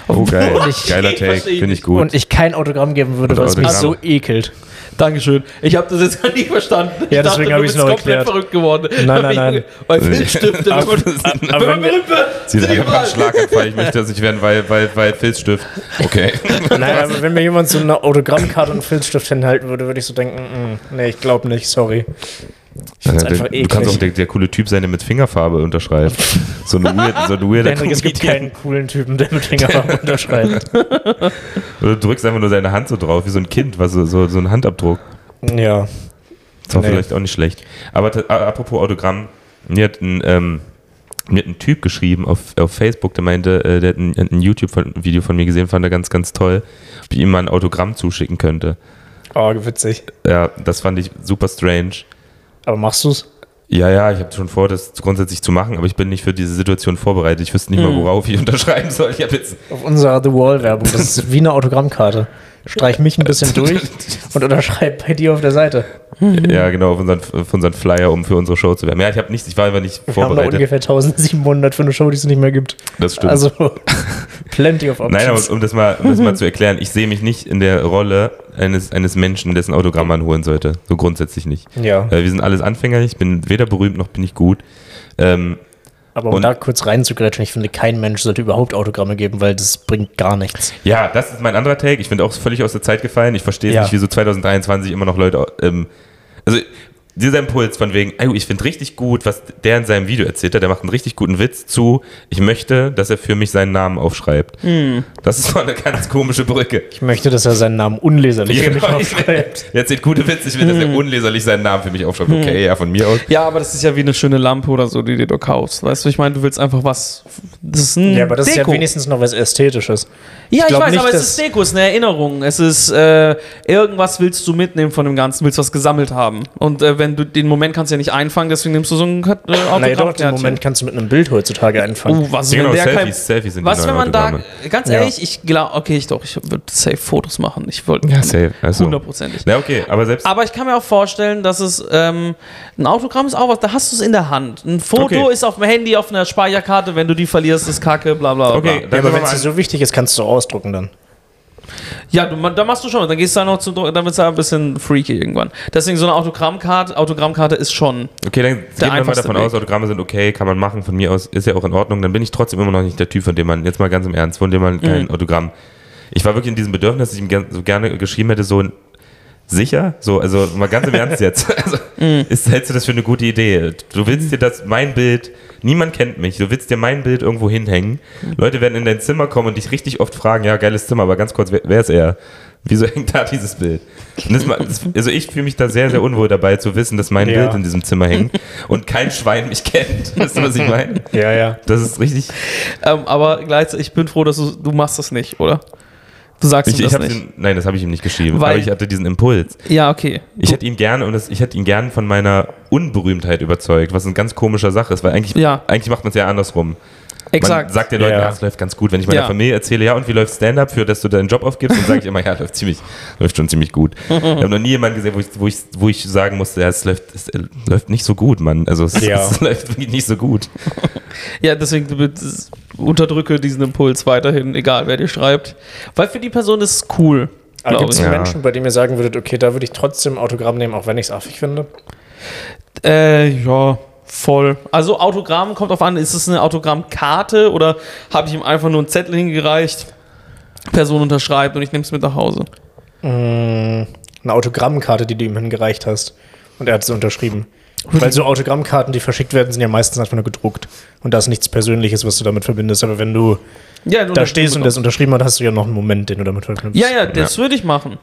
S3: Oh, geil.
S2: ich-
S3: Geiler Take.
S1: verstehe
S3: Finde ich gut.
S2: Und ich kein Autogramm geben würde,
S3: Oder
S2: weil es mich so
S3: Autogramme.
S2: ekelt.
S1: Dankeschön. Ich habe das jetzt gar nicht verstanden.
S2: Ja, deswegen hab ich's
S1: du bist
S2: noch
S1: komplett
S2: erklärt.
S1: verrückt geworden.
S2: Nein, nein, nein.
S1: Bei Filzstiften.
S3: Aber-
S2: aber wenn wir-
S3: Sie hat einfach
S1: Silber.
S3: einen Schlaganfall. Ich möchte das nicht werden, weil, weil, weil Filzstift. Okay.
S2: Nein, aber wenn mir jemand so eine Autogrammkarte und einen Filzstift hinhalten würde, würde ich so denken, mm, nee, ich glaube nicht, sorry. Ich finde es einfach
S3: du kannst auch
S2: eklig.
S3: der, der coole Typ sein, der mit Fingerfarbe unterschreibt. So eine weird, so eine weirde
S2: Hendrik, es gibt keinen coolen Typen, der mit Fingerfarbe unterschreibt.
S3: Oder du drückst einfach nur seine Hand so drauf, wie so ein Kind, was so, so, so ein Handabdruck.
S2: Ja.
S3: Das war
S2: Nee.
S3: vielleicht auch nicht schlecht. Aber t- a- apropos Autogramm, mir hat ein, ähm, mir hat ein Typ geschrieben auf, auf Facebook, der meinte, äh, der hat ein, ein YouTube-Video von mir gesehen, fand er ganz, ganz toll, ob ich ihm mal ein Autogramm zuschicken könnte.
S2: Oh, witzig.
S3: Ja, das fand ich super strange.
S2: Aber machst du's?
S3: Ja, ja, ich habe schon vor, das grundsätzlich zu machen, aber ich bin nicht für diese Situation vorbereitet. Ich wüsste nicht
S2: Hm.
S3: mal, worauf ich unterschreiben soll. Ich habe jetzt
S2: Auf unserer The Wall-Werbung. Das ist wie eine Autogrammkarte. Streich mich ein bisschen durch und unterschreib bei dir auf der Seite.
S3: ja genau auf unseren, auf unseren Flyer, um für unsere Show zu werben. Ja, ich habe nichts, ich war einfach nicht
S2: Wir haben da
S3: vorbereitet.
S2: ungefähr 1700 für eine Show, die es nicht mehr gibt.
S3: Das stimmt.
S2: Also, plenty of
S3: Nein,
S2: options.
S3: aber um das mal, um das mal zu erklären, ich sehe mich nicht in der Rolle eines, eines Menschen, dessen Autogramm man holen sollte. So grundsätzlich nicht.
S2: ja,
S3: Äh, wir sind alles Anfänger, ich bin weder berühmt noch bin ich gut. Ähm,
S2: aber um
S3: und-
S2: da kurz reinzugrätschen, ich finde, kein Mensch sollte überhaupt Autogramme geben, weil das bringt gar nichts.
S3: ja, das ist mein anderer Take. Ich bin auch völlig aus der Zeit gefallen. Ich verstehe
S2: Ja.
S3: nicht, wieso 2023 immer noch Leute. Ähm, also dieser Impuls von wegen, "Ey, ich finde richtig gut, was der in seinem Video erzählt hat, der macht einen richtig guten Witz zu, ich möchte, dass er für mich seinen Namen aufschreibt.
S2: Hm.
S3: Das ist so eine ganz komische Brücke.
S2: Ich möchte, dass er seinen Namen unleserlich für mich
S3: Genau, ich-
S2: aufschreibt.
S3: Der erzählt gute Witze, ich will, dass
S1: Hm.
S3: er unleserlich seinen Namen für mich aufschreibt. Okay, ja, von mir aus.
S1: Ja, aber das ist ja wie eine schöne Lampe oder so, die du dir kaufst. Weißt du, ich meine, du willst einfach was. Das ist ein
S2: Ja, aber das ist ja
S1: Deko.
S2: wenigstens noch was Ästhetisches.
S1: Ja, ich,
S2: glaub
S1: weiß,
S2: nicht,
S1: aber es
S2: dass-
S1: ist Deko, es ist eine Erinnerung. Es ist äh, irgendwas willst du mitnehmen von dem Ganzen, willst was gesammelt haben. Und äh, wenn du den Moment kannst du ja nicht einfangen, deswegen nimmst du so einen Kat- äh,
S2: Naja, doch, den
S1: Autogrammkärtchen.
S2: Moment kannst du mit einem Bild heutzutage einfangen.
S1: Oh, was,
S3: Ja,
S1: wenn
S3: genau,
S1: der kein,
S3: Selfies, Selfies sind die
S1: was wenn
S3: neuen
S1: man da,
S3: Autogramme.
S1: ganz
S2: Ja.
S1: ehrlich, ich glaube, okay, ich doch, ich würde safe Fotos machen. Ich wollte
S3: Ja, safe. Also.
S1: hundertprozentig.
S3: Na okay, aber selbst
S1: Aber ich kann mir auch vorstellen, dass es ähm, ein Autogramm ist auch was, da hast du es in der Hand. Ein Foto
S3: Okay.
S1: ist auf dem Handy, auf einer Speicherkarte, wenn du die verlierst, ist Kacke, bla bla bla.
S3: Okay.
S2: Ja,
S3: Dann
S2: aber
S3: wir
S2: wenn
S3: mal
S2: es dir
S3: an-
S2: so wichtig ist, kannst du ausdrucken dann.
S1: Ja, du, ma- da machst du schon, was. dann gehst du da noch zu, dann wird's da ein bisschen freaky irgendwann. Deswegen so eine Autogrammkarte, Autogrammkarte ist schon.
S3: Okay, dann gehen wir mal
S1: einfachste
S3: davon
S1: Weg.
S3: aus, Autogramme sind okay, kann man machen, von mir aus ist ja auch in Ordnung. Dann bin ich trotzdem immer noch nicht der Typ, von dem man, jetzt mal ganz im Ernst, von dem man
S1: Mhm.
S3: kein Autogramm. Ich war wirklich in diesem Bedürfnis, dass ich ihm gern, so gerne geschrieben hätte, so ein sicher, so, also mal ganz im Ernst jetzt. Also,
S1: Mhm.
S3: ist, hältst du das für eine gute Idee? Du willst dir das, mein Bild, niemand kennt mich, du willst dir mein Bild irgendwo hinhängen. Leute werden in dein Zimmer kommen und dich richtig oft fragen, ja, geiles Zimmer, aber ganz kurz, wer, wer ist er? Wieso hängt da dieses Bild? Und das, ma- das- also ich fühle mich da sehr, sehr unwohl dabei zu wissen, dass mein
S2: Ja.
S3: Bild in diesem Zimmer hängt und kein Schwein mich kennt. Weißt du, was ich meine?
S2: Ja, ja.
S3: Das ist richtig.
S1: Ähm, aber gleichzeitig, ich bin froh, dass du, du machst das nicht, oder? Du sagst
S3: Ich,
S1: ihm
S3: ich
S1: das
S3: hab's
S1: nicht.
S3: ihm, nein, das habe ich ihm nicht geschrieben,
S1: Weil-
S3: aber ich hatte diesen Impuls.
S1: Ja, okay.
S3: Ich hätte ihn gerne und das, ich hätte ihn gern von meiner Unberühmtheit überzeugt, was eine ganz komische Sache ist, weil eigentlich,
S1: Ja.
S3: eigentlich macht man es ja andersrum. Man
S1: Exakt.
S3: sagt den Leuten,
S2: Ja.
S3: ja, es läuft ganz gut. Wenn ich meiner
S1: Ja.
S3: Familie erzähle, ja, und wie läuft Stand-up für, dass du deinen Job aufgibst, dann sage ich immer, ja, läuft ziemlich, läuft schon ziemlich gut. Ich habe noch nie jemanden gesehen, wo ich, wo ich, wo ich sagen musste, ja, es läuft, es äh, läuft nicht so gut, Mann. Also es,
S2: Ja.
S3: es läuft wirklich nicht so gut.
S1: ja, deswegen du- unterdrücke diesen Impuls weiterhin, egal wer dir schreibt. Weil für die Person ist es cool.
S2: Aber
S3: Ah,
S1: Glaub
S2: gibt es
S1: ich.
S3: Ja.
S2: Menschen, bei denen ihr sagen würdet, okay, da würde ich trotzdem Autogramm nehmen, auch wenn ich es affig finde?
S1: Äh, ja, voll. Also Autogramm kommt auf an, ist es eine Autogrammkarte oder habe ich ihm einfach nur einen Zettel hingereicht? Person unterschreibt und ich nehme es mit nach Hause.
S2: Eine Autogrammkarte, die du ihm hingereicht hast. Und er hat sie unterschrieben.
S1: Hm.
S2: Weil so Autogrammkarten, die verschickt werden, sind ja meistens einfach nur gedruckt. Und da ist nichts Persönliches, was du damit verbindest. Aber wenn du
S1: Ja,
S2: da stehst und das unterschrieben hast, hast du ja noch einen Moment, den du damit verbindest.
S1: Ja, ja, das würde ich machen.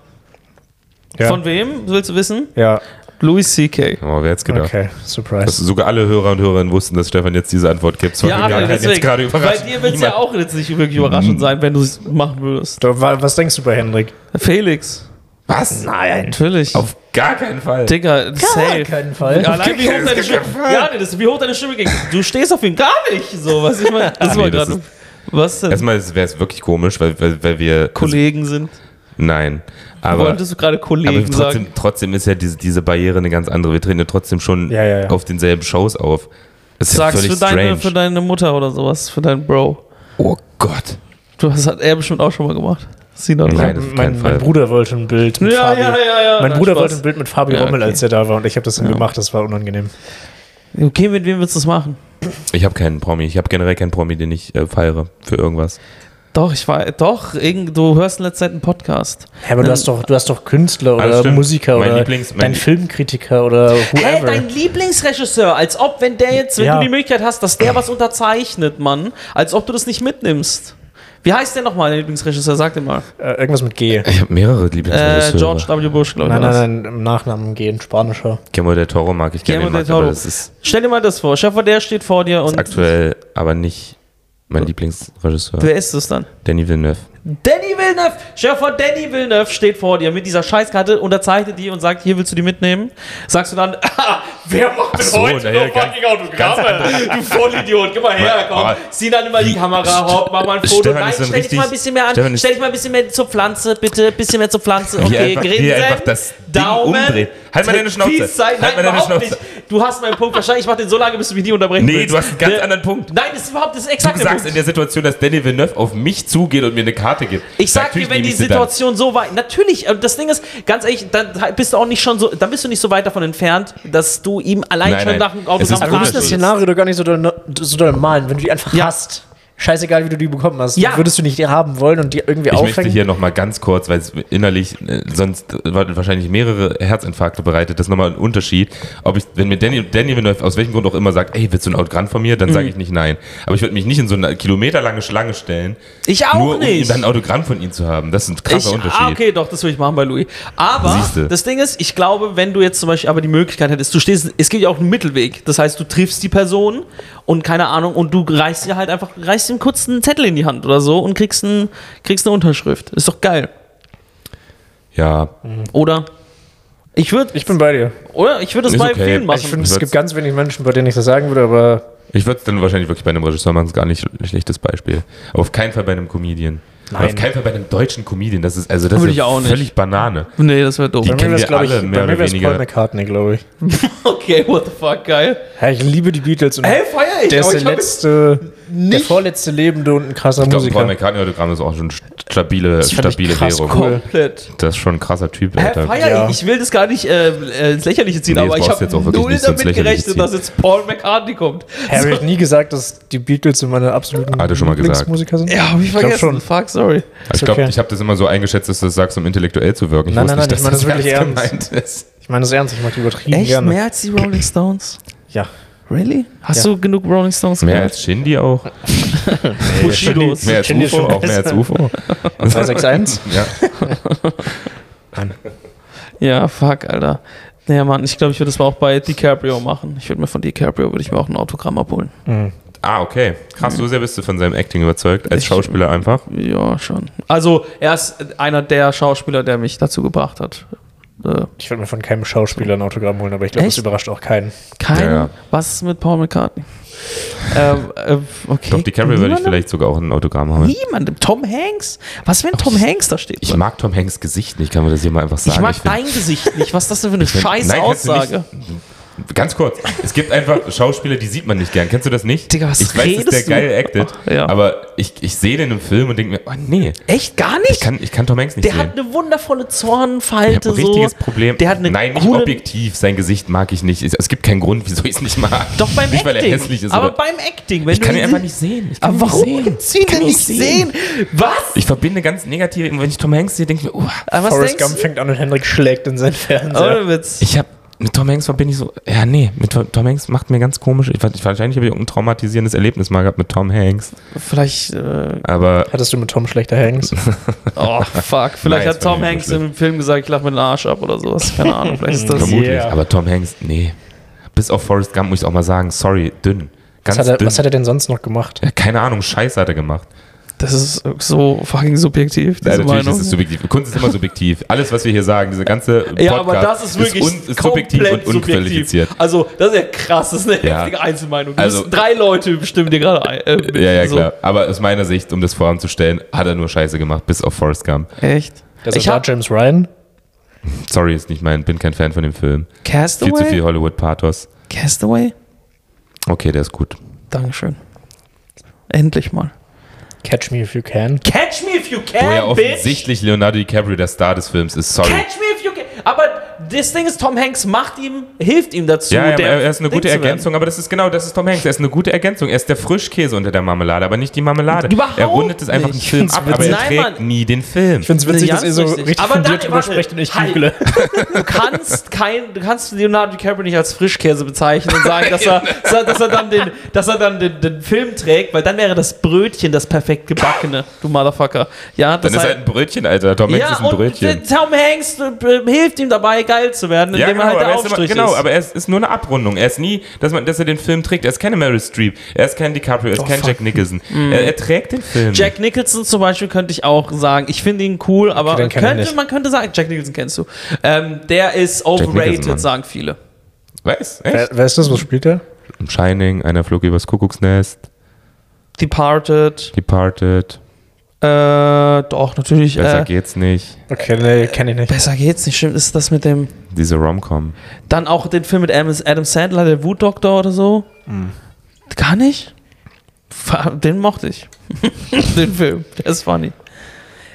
S2: ja.
S1: Von wem willst du wissen?
S2: Ja,
S1: Louis C.K.
S3: Oh, wer hätte es gedacht?
S2: okay,
S3: Dass
S2: surprise.
S3: sogar alle Hörer und Hörerinnen wussten, dass Stefan jetzt diese Antwort gibt. Das war
S1: Ja,
S3: mir
S1: aber
S3: gerade-
S1: deswegen.
S3: jetzt gerade
S1: Bei
S3: überrascht.
S1: dir wird es ja
S3: Niemand-
S1: auch jetzt nicht wirklich überraschend sein, wenn du es machen würdest.
S2: Da wa- Was denkst du bei Hendrik?
S1: Felix.
S3: Was? Nein.
S1: Natürlich.
S3: Auf gar keinen Fall.
S1: Digga, safe.
S2: Fall.
S1: Ja, Allein wie hoch, deine Stimme, ja, nee, das, wie hoch deine Stimme ging. Du stehst auf ihn gar nicht. So, was ich meine. Das
S3: Nee,
S1: war
S3: das
S1: gerade. Was denn?
S3: Erstmal wäre es wirklich komisch, weil, weil, weil wir.
S1: Kollegen sind.
S3: Nein.
S1: Aber,
S3: Also, Aber,
S1: Wolltest du gerade
S3: aber
S1: Kollegen sagen?
S3: trotzdem, trotzdem ist ja diese, diese Barriere eine ganz andere. Wir treten ja trotzdem schon
S2: Ja, ja, ja.
S3: auf denselben Shows auf. Das ist
S1: Sag's
S3: ja
S1: für
S3: völlig
S1: deine,
S3: strange.
S1: für deine Mutter oder sowas, für deinen Bro.
S3: oh Gott.
S1: Du, das hat er bestimmt auch schon mal gemacht. Sie noch
S3: Nein,
S1: dran.
S3: das ist
S2: Mein,
S3: kein Fall.
S2: mein Bruder wollte ein Bild mit
S1: Ja,
S2: Fabi.
S1: ja, ja, ja.
S2: Mein
S1: Nein,
S2: Bruder
S1: Spaß.
S2: wollte ein Bild mit Fabi
S1: Ja,
S2: Rommel,
S1: okay.
S2: als er da war, und ich habe das dann
S1: Ja.
S2: gemacht. Das war unangenehm.
S1: Okay, mit wem willst du das machen?
S3: Ich habe keinen Promi. Ich habe generell keinen Promi, den ich äh, feiere für irgendwas.
S1: Doch, ich war, doch, irgend, du hörst in letzter Zeit einen Podcast.
S2: Hä, aber du hast doch, du hast doch Künstler
S3: Ah, das
S2: oder
S3: stimmt.
S2: Musiker
S3: Mein
S2: oder
S3: Lieblings- mein
S2: dein
S3: Lie-
S2: Filmkritiker oder
S1: Hä,
S2: whoever.
S1: dein Lieblingsregisseur, als ob, wenn der jetzt, wenn
S2: Ja.
S1: du die Möglichkeit hast, dass der was unterzeichnet, Mann, als ob du das nicht mitnimmst. Wie heißt der nochmal, der Lieblingsregisseur? Sag dir mal.
S2: äh, irgendwas mit G.
S3: Ich habe mehrere
S1: Äh,
S3: Lieblingsregisseure.
S1: George W. Bush, glaube ich.
S2: Nein,
S1: war's.
S2: nein, nein, im Nachnamen G, in Spanischer.
S3: Guillermo del Toro mag ich gerne,
S1: Guillermo del
S3: mag, aber
S1: Toro.
S3: das ist
S1: Stell dir mal das vor. Schaffer, der steht vor dir und.
S3: aktuell aber nicht mein Lieblingsregisseur.
S1: Wer ist es dann?
S3: Danny Villeneuve.
S1: Danny Villeneuve! Schaffer, Danny Villeneuve steht vor dir mit dieser Scheißkarte, unterzeichnet die und sagt, hier willst du die mitnehmen. Sagst du dann, ah, wer macht denn
S3: so,
S1: heute
S3: naja,
S1: noch
S3: ganz-
S1: fucking Autogramme? Du Vollidiot, gib mal her, komm.
S3: Aber-
S1: Sieh dann immer die
S3: Wie-
S1: Kamera, hopp, mach mal ein
S3: St-
S1: Foto.
S3: Stefan
S1: Nein,
S3: ist so ein
S1: stell dich
S3: richtig-
S1: mal ein bisschen mehr an,
S3: Stefan ist-
S1: stell dich mal ein bisschen mehr zur Pflanze, bitte, bisschen mehr zur Pflanze. Okay,
S3: einfach- wie
S1: Grinsen,
S3: er einfach das Ding
S1: Daumen,
S3: umdreht. Halt mal deine Schnauze.
S1: Peace Sign.
S3: Halt
S1: Nein,
S3: mal deine
S1: überhaupt
S3: Schnauze.
S1: nicht. Du hast meinen Punkt wahrscheinlich, ich mach den so lange, bis du mich nie unterbrechen
S3: Nee,
S1: willst.
S3: du hast einen ganz
S1: Der-
S3: anderen Punkt.
S1: Nein, das ist überhaupt das ist exakt
S3: Du
S1: der
S3: sagst
S1: Punkt.
S3: in der Situation, dass Danny Villeneuve auf mich zugeht und mir eine Karte gibt.
S1: Ich sag
S3: Natürlich
S1: dir, wenn
S3: nehme
S1: die
S3: ich sie dann.
S1: Situation so weit, natürlich, äh, das Ding ist, ganz ehrlich, dann bist du auch nicht schon so, dann bist du nicht so weit davon entfernt, dass du ihm allein
S3: Nein,
S1: schon
S3: nein.
S1: nach dem
S3: Es ist
S1: Autogramm
S2: Aber du musst das
S3: Unterschied.
S2: Szenario doch gar nicht so doll, so doll malen, wenn du die einfach
S1: Ja.
S2: hast. Scheißegal, wie du die bekommen hast.
S1: Ja.
S2: Würdest du nicht die haben wollen und die irgendwie
S3: Ich möchte
S2: aufhängen?
S3: hier nochmal ganz kurz, weil es innerlich äh, sonst äh, wahrscheinlich mehrere Herzinfarkte bereitet, das ist nochmal ein Unterschied. Ob ich, wenn mir Danny, Danny Villeneuve aus welchem Grund auch immer sagt, ey, willst du ein Autogramm von mir, dann
S1: Hm.
S3: sage ich nicht nein. Aber ich würde mich nicht in so eine kilometerlange Schlange stellen,
S1: Ich auch
S3: nur um ihm
S1: nicht.
S3: dann ein Autogramm von ihm zu haben. Das ist ein krasser
S1: ich,
S3: Unterschied.
S1: Ah, okay, doch, das würde ich machen bei Louis. Aber
S3: Siehste.
S1: das Ding ist, ich glaube, wenn du jetzt zum Beispiel aber die Möglichkeit hättest, du stehst, es gibt ja auch einen Mittelweg. Das heißt, du triffst die Person und keine Ahnung, und du reichst ihr halt einfach, reichst ihm kurz einen Zettel in die Hand oder so und kriegst, einen, kriegst eine Unterschrift. Ist doch geil.
S3: Ja,
S1: Oder? Ich würde,
S2: Ich bin bei dir.
S1: oder? Ich würde es
S3: Ist
S1: bei
S3: okay.
S1: vielen machen.
S2: Ich finde, es
S3: wird's-
S2: gibt ganz wenig Menschen, bei denen ich das sagen würde, aber
S3: ich würde es dann wahrscheinlich wirklich bei einem Regisseur machen, ist gar nicht ein schlechtes Beispiel. Aber auf keinen Fall bei einem Comedian.
S2: Nein.
S3: Auf keinen Fall bei einem deutschen Comedian. Das ist, also das
S1: Würde
S3: ist
S1: ich auch nicht.
S3: völlig Banane.
S1: nee, das wäre doof.
S2: bei mir
S3: kennen
S2: wäre es,
S3: wir
S2: glaube ich,
S3: alle
S2: bei
S3: mehr oder
S2: mir wär's
S3: weniger.
S2: Paul McCartney, glaube ich.
S1: Okay, what the fuck, geil.
S2: Ja, ich liebe die Beatles und
S1: Hey, feier ich,
S2: der ist
S1: aber
S2: der
S1: ich hab
S2: letzte, der vorletzte Lebende und ein krasser
S3: Ich glaube, ein Paul
S2: Musiker.
S3: McCartney-Autogramm ist auch schon stabile,
S2: fand ich
S3: stabile
S2: krass
S3: Währung.
S2: cool.
S1: Komplett.
S3: Das ist schon ein krasser Typ,
S1: Hä,
S3: Alter.
S1: feier
S2: Ja.
S1: ich. Ich will das gar nicht äh, äh, ins Lächerliche ziehen,
S3: Nee, das
S1: aber ich
S3: brauchst du jetzt auch
S1: habe
S3: wirklich
S1: null
S3: nicht so ins
S1: damit
S3: Lächerliche
S1: gerechnet,
S3: ziehen.
S1: dass jetzt Paul McCartney kommt.
S2: Harry hat nie gesagt, dass die Beatles so meine absoluten
S3: Hatte schon mal gesagt.
S2: Lieblingsmusiker sind.
S1: Ja, hab ich
S2: glaub
S1: vergessen.
S2: schon.
S1: Fuck, sorry.
S3: Ich glaube,
S2: okay.
S3: ich habe das immer so eingeschätzt, dass du das sagst, um intellektuell zu wirken. Ich
S2: Nein,
S3: wusste
S2: nein, nein, ich
S3: nicht,
S2: meine
S3: dass
S2: das wirklich ernst.
S3: gemeint ist.
S2: Ich meine das ernst, ich mag die übertrieben
S1: Echt?
S2: gerne.
S1: Mehr als die Rolling Stones?
S2: Ja.
S1: Really? Hast
S2: Ja.
S1: du genug Rolling Stones
S3: Mehr als Shindy auch.
S1: Bushidos.
S3: Mehr als
S2: Shindy ist
S3: UFO,
S2: schon
S3: auch mehr als
S2: besser.
S3: UFO.
S2: 361?
S3: Ja.
S1: Ja, fuck, Alter. Naja, Mann, ich glaube, ich würde das mal auch bei DiCaprio machen. Ich würde mir von DiCaprio, würde ich mir auch ein Autogramm abholen.
S3: Ah, okay. Krass, so sehr bist du von seinem Acting überzeugt, als Schauspieler einfach.
S1: Ja, schon. Also, er ist einer der Schauspieler, der mich dazu gebracht hat. Äh,
S2: Ich würde mir von keinem Schauspieler ein Autogramm holen, aber ich glaube, das
S1: Echt?
S2: überrascht auch keinen.
S1: Kein.
S3: Ja, ja.
S1: Was ist mit Paul McCartney? ähm, äh, okay.
S3: Doch, die Carrie würde ich
S1: Niemandem-
S3: vielleicht sogar auch ein Autogramm haben.
S1: Niemandem. Tom Hanks? Was, wenn Tom Hanks da steht?
S3: Ich mag Tom Hanks Gesicht nicht, kann man das hier mal einfach sagen.
S1: Ich mag
S3: find-
S1: dein Gesicht nicht. Was ist das denn für eine
S3: Wenn-
S1: scheiß
S3: Nein, kannst du
S1: Aussage?
S3: nicht- Ganz kurz, es gibt einfach Schauspieler, die sieht man nicht gern. Kennst du das nicht?
S1: Digga, was
S3: ich weiß, dass der
S1: redest du?
S3: geil acted,
S1: Ja.
S3: aber ich, ich sehe den im Film und denke mir, oh nee,
S1: Echt gar
S3: ich
S1: nicht?
S3: kann, ich kann Tom Hanks nicht
S1: der
S3: sehen.
S1: hat eine wundervolle
S3: ich hab
S1: Zornfalte.
S3: ein richtiges
S1: so.
S3: Problem.
S1: Der hat eine
S3: Nein, nicht
S1: coole-
S3: objektiv. Sein Gesicht mag ich nicht. Es- Es gibt keinen Grund, wieso ich es nicht mag.
S1: Doch beim
S3: nicht, weil
S1: Acting.
S3: er hässlich ist.
S1: aber
S3: oder-
S1: beim Acting. Wenn
S3: ich
S1: du
S3: kann ihn
S1: ihn
S3: einfach
S1: sie-
S3: nicht sehen. Ich kann
S1: Aber
S3: ihn
S1: warum
S3: nicht sehen.
S1: kannst du ihn
S3: Ich kann
S1: denn nicht sehen? Was?
S3: Ich verbinde ganz negativ, wenn ich Tom Hanks sehe, denke ich mir, oh,
S1: Aber was
S2: Forrest
S1: denkst Oh.
S2: Gump fängt an und Henrik schlägt in seinen
S1: du?
S2: Fernseher.
S1: Ohne Witz.
S3: Ich habe mit Tom Hanks verbinde ich so, ja nee, mit Tom Tom Hanks macht mir ganz komisch. Ich, weiß- wahrscheinlich habe ich ein traumatisierendes Erlebnis mal gehabt mit Tom Hanks.
S1: Vielleicht. Äh,
S3: Aber
S2: Hattest du mit Tom schlechter Hangs?
S1: oh, fuck. Vielleicht
S3: Nein,
S1: hat
S3: das war
S1: Tom
S3: nicht
S1: Hanks
S3: so schlimm.
S1: im Film gesagt, ich lach mir den Arsch ab oder sowas. Keine Ahnung. Vielleicht ist das.
S3: vermutlich.
S2: Yeah.
S3: Aber Tom Hanks, nee. Bis auf Forrest Gump muss ich auch mal sagen, sorry, dünn. Ganz
S2: Was hat, er,
S3: dünn.
S2: was hat er denn sonst noch gemacht?
S3: ja, keine Ahnung, Scheiße hat er gemacht.
S1: Das ist so fucking subjektiv, diese
S3: Ja, natürlich
S1: Meinung.
S3: ist es subjektiv. Kunst ist immer subjektiv. Alles, was wir hier sagen, diese ganze Podcast
S1: ja, aber das ist wirklich
S3: un- ist subjektiv und
S1: komplett
S3: unqualifiziert.
S1: subjektiv. Also, das ist ja krass, das ist eine
S3: Ja.
S1: heftige Einzelmeinung.
S3: Also-
S1: Also, drei Leute bestimmen dir gerade ein. äh,
S3: Ja, ja,
S1: so.
S3: klar. Aber aus meiner Sicht, um das voranzustellen, hat er nur Scheiße gemacht, bis auf Forrest Gump.
S1: Echt?
S2: Der
S1: Ich
S2: Soldat
S1: hab-
S2: James Ryan.
S3: Sorry, ist nicht mein, bin kein Fan von dem Film.
S1: Castaway?
S3: Viel zu viel Hollywood-Pathos.
S1: Castaway?
S3: Okay, der ist gut.
S1: Dankeschön. Endlich mal.
S2: Catch Me If You Can.
S1: Catch me if you can,
S3: Wo Oh ja
S1: Äh, bitch!
S3: offensichtlich Leonardo DiCaprio der Star des Films ist. Sorry.
S1: Catch me if you can! Aber das Ding ist, Tom Hanks macht ihm, hilft ihm dazu.
S3: Ja, ja,
S1: der
S3: er ist eine
S1: Ding
S3: gute
S1: zu werden.
S3: Ergänzung, aber das ist genau, das ist Tom Hanks. Er ist eine gute Ergänzung. Er ist der Frischkäse unter der Marmelade, aber nicht die Marmelade.
S1: Überhaupt
S3: er rundet es einfach
S1: nicht.
S3: den Film ab, aber er
S1: Nein,
S3: trägt
S1: Mann.
S3: nie den Film.
S2: Ich finde es witzig,
S1: Ja,
S2: dass ihr so
S1: ist richtig.
S2: richtig
S1: Aber
S2: fundiert
S1: dann-
S2: drüber
S1: warte,
S2: sprecht und ich
S1: halt.
S2: google.
S1: Du kannst, kein, du kannst Leonardo DiCaprio nicht als Frischkäse bezeichnen und sagen, dass er, dass er, dass er dann, den, dass er dann den, den Film trägt, weil dann wäre das Brötchen das perfekt gebackene, du Motherfucker. Ja, das
S3: Dann ist
S1: heißt-
S3: halt ein Brötchen, Alter. Tom Hanks
S1: ja,
S3: ist ein
S1: und
S3: Brötchen.
S1: der Tom Hanks äh, hilft ihm dabei, geil zu werden, indem er halt
S3: aber
S1: der
S3: er ist immer,
S1: Aufstrich
S3: genau,
S1: ist.
S3: aber er ist, ist nur eine Abrundung. Er ist nie, dass, man, dass er den Film trägt. Er ist keine Meryl Streep, er ist kein DiCaprio, er ist
S2: Oh,
S3: kein
S2: fuck.
S3: Jack Nicholson. Er, er trägt den Film.
S1: Hm. Jack Nicholson zum Beispiel könnte ich auch sagen. Ich finde ihn cool, aber
S2: dann kenn ich
S1: könnte,
S2: nicht.
S1: man könnte sagen, Jack Nicholson kennst du. Ähm, der ist
S3: Nicholson, Mann.
S1: overrated, sagen viele.
S3: Weiß,
S2: Wer,
S1: Äh.
S3: echt?
S2: wer ist das? Was spielt der?
S3: Im Shining, einer flog übers Kuckucksnest,
S1: Departed,
S3: Departed,
S1: äh, doch, natürlich.
S3: besser
S1: äh,
S3: geht's nicht.
S2: Okay, nee, kenne ich nicht.
S1: Besser geht's nicht, stimmt. Ist das mit dem.
S3: Diese Rom-Com.
S1: Dann auch den Film mit Adam Adam Sandler, der Wutdoktor oder so?
S3: Mhm.
S1: Gar nicht? Fa- Den mochte ich. den Film. Der ist funny.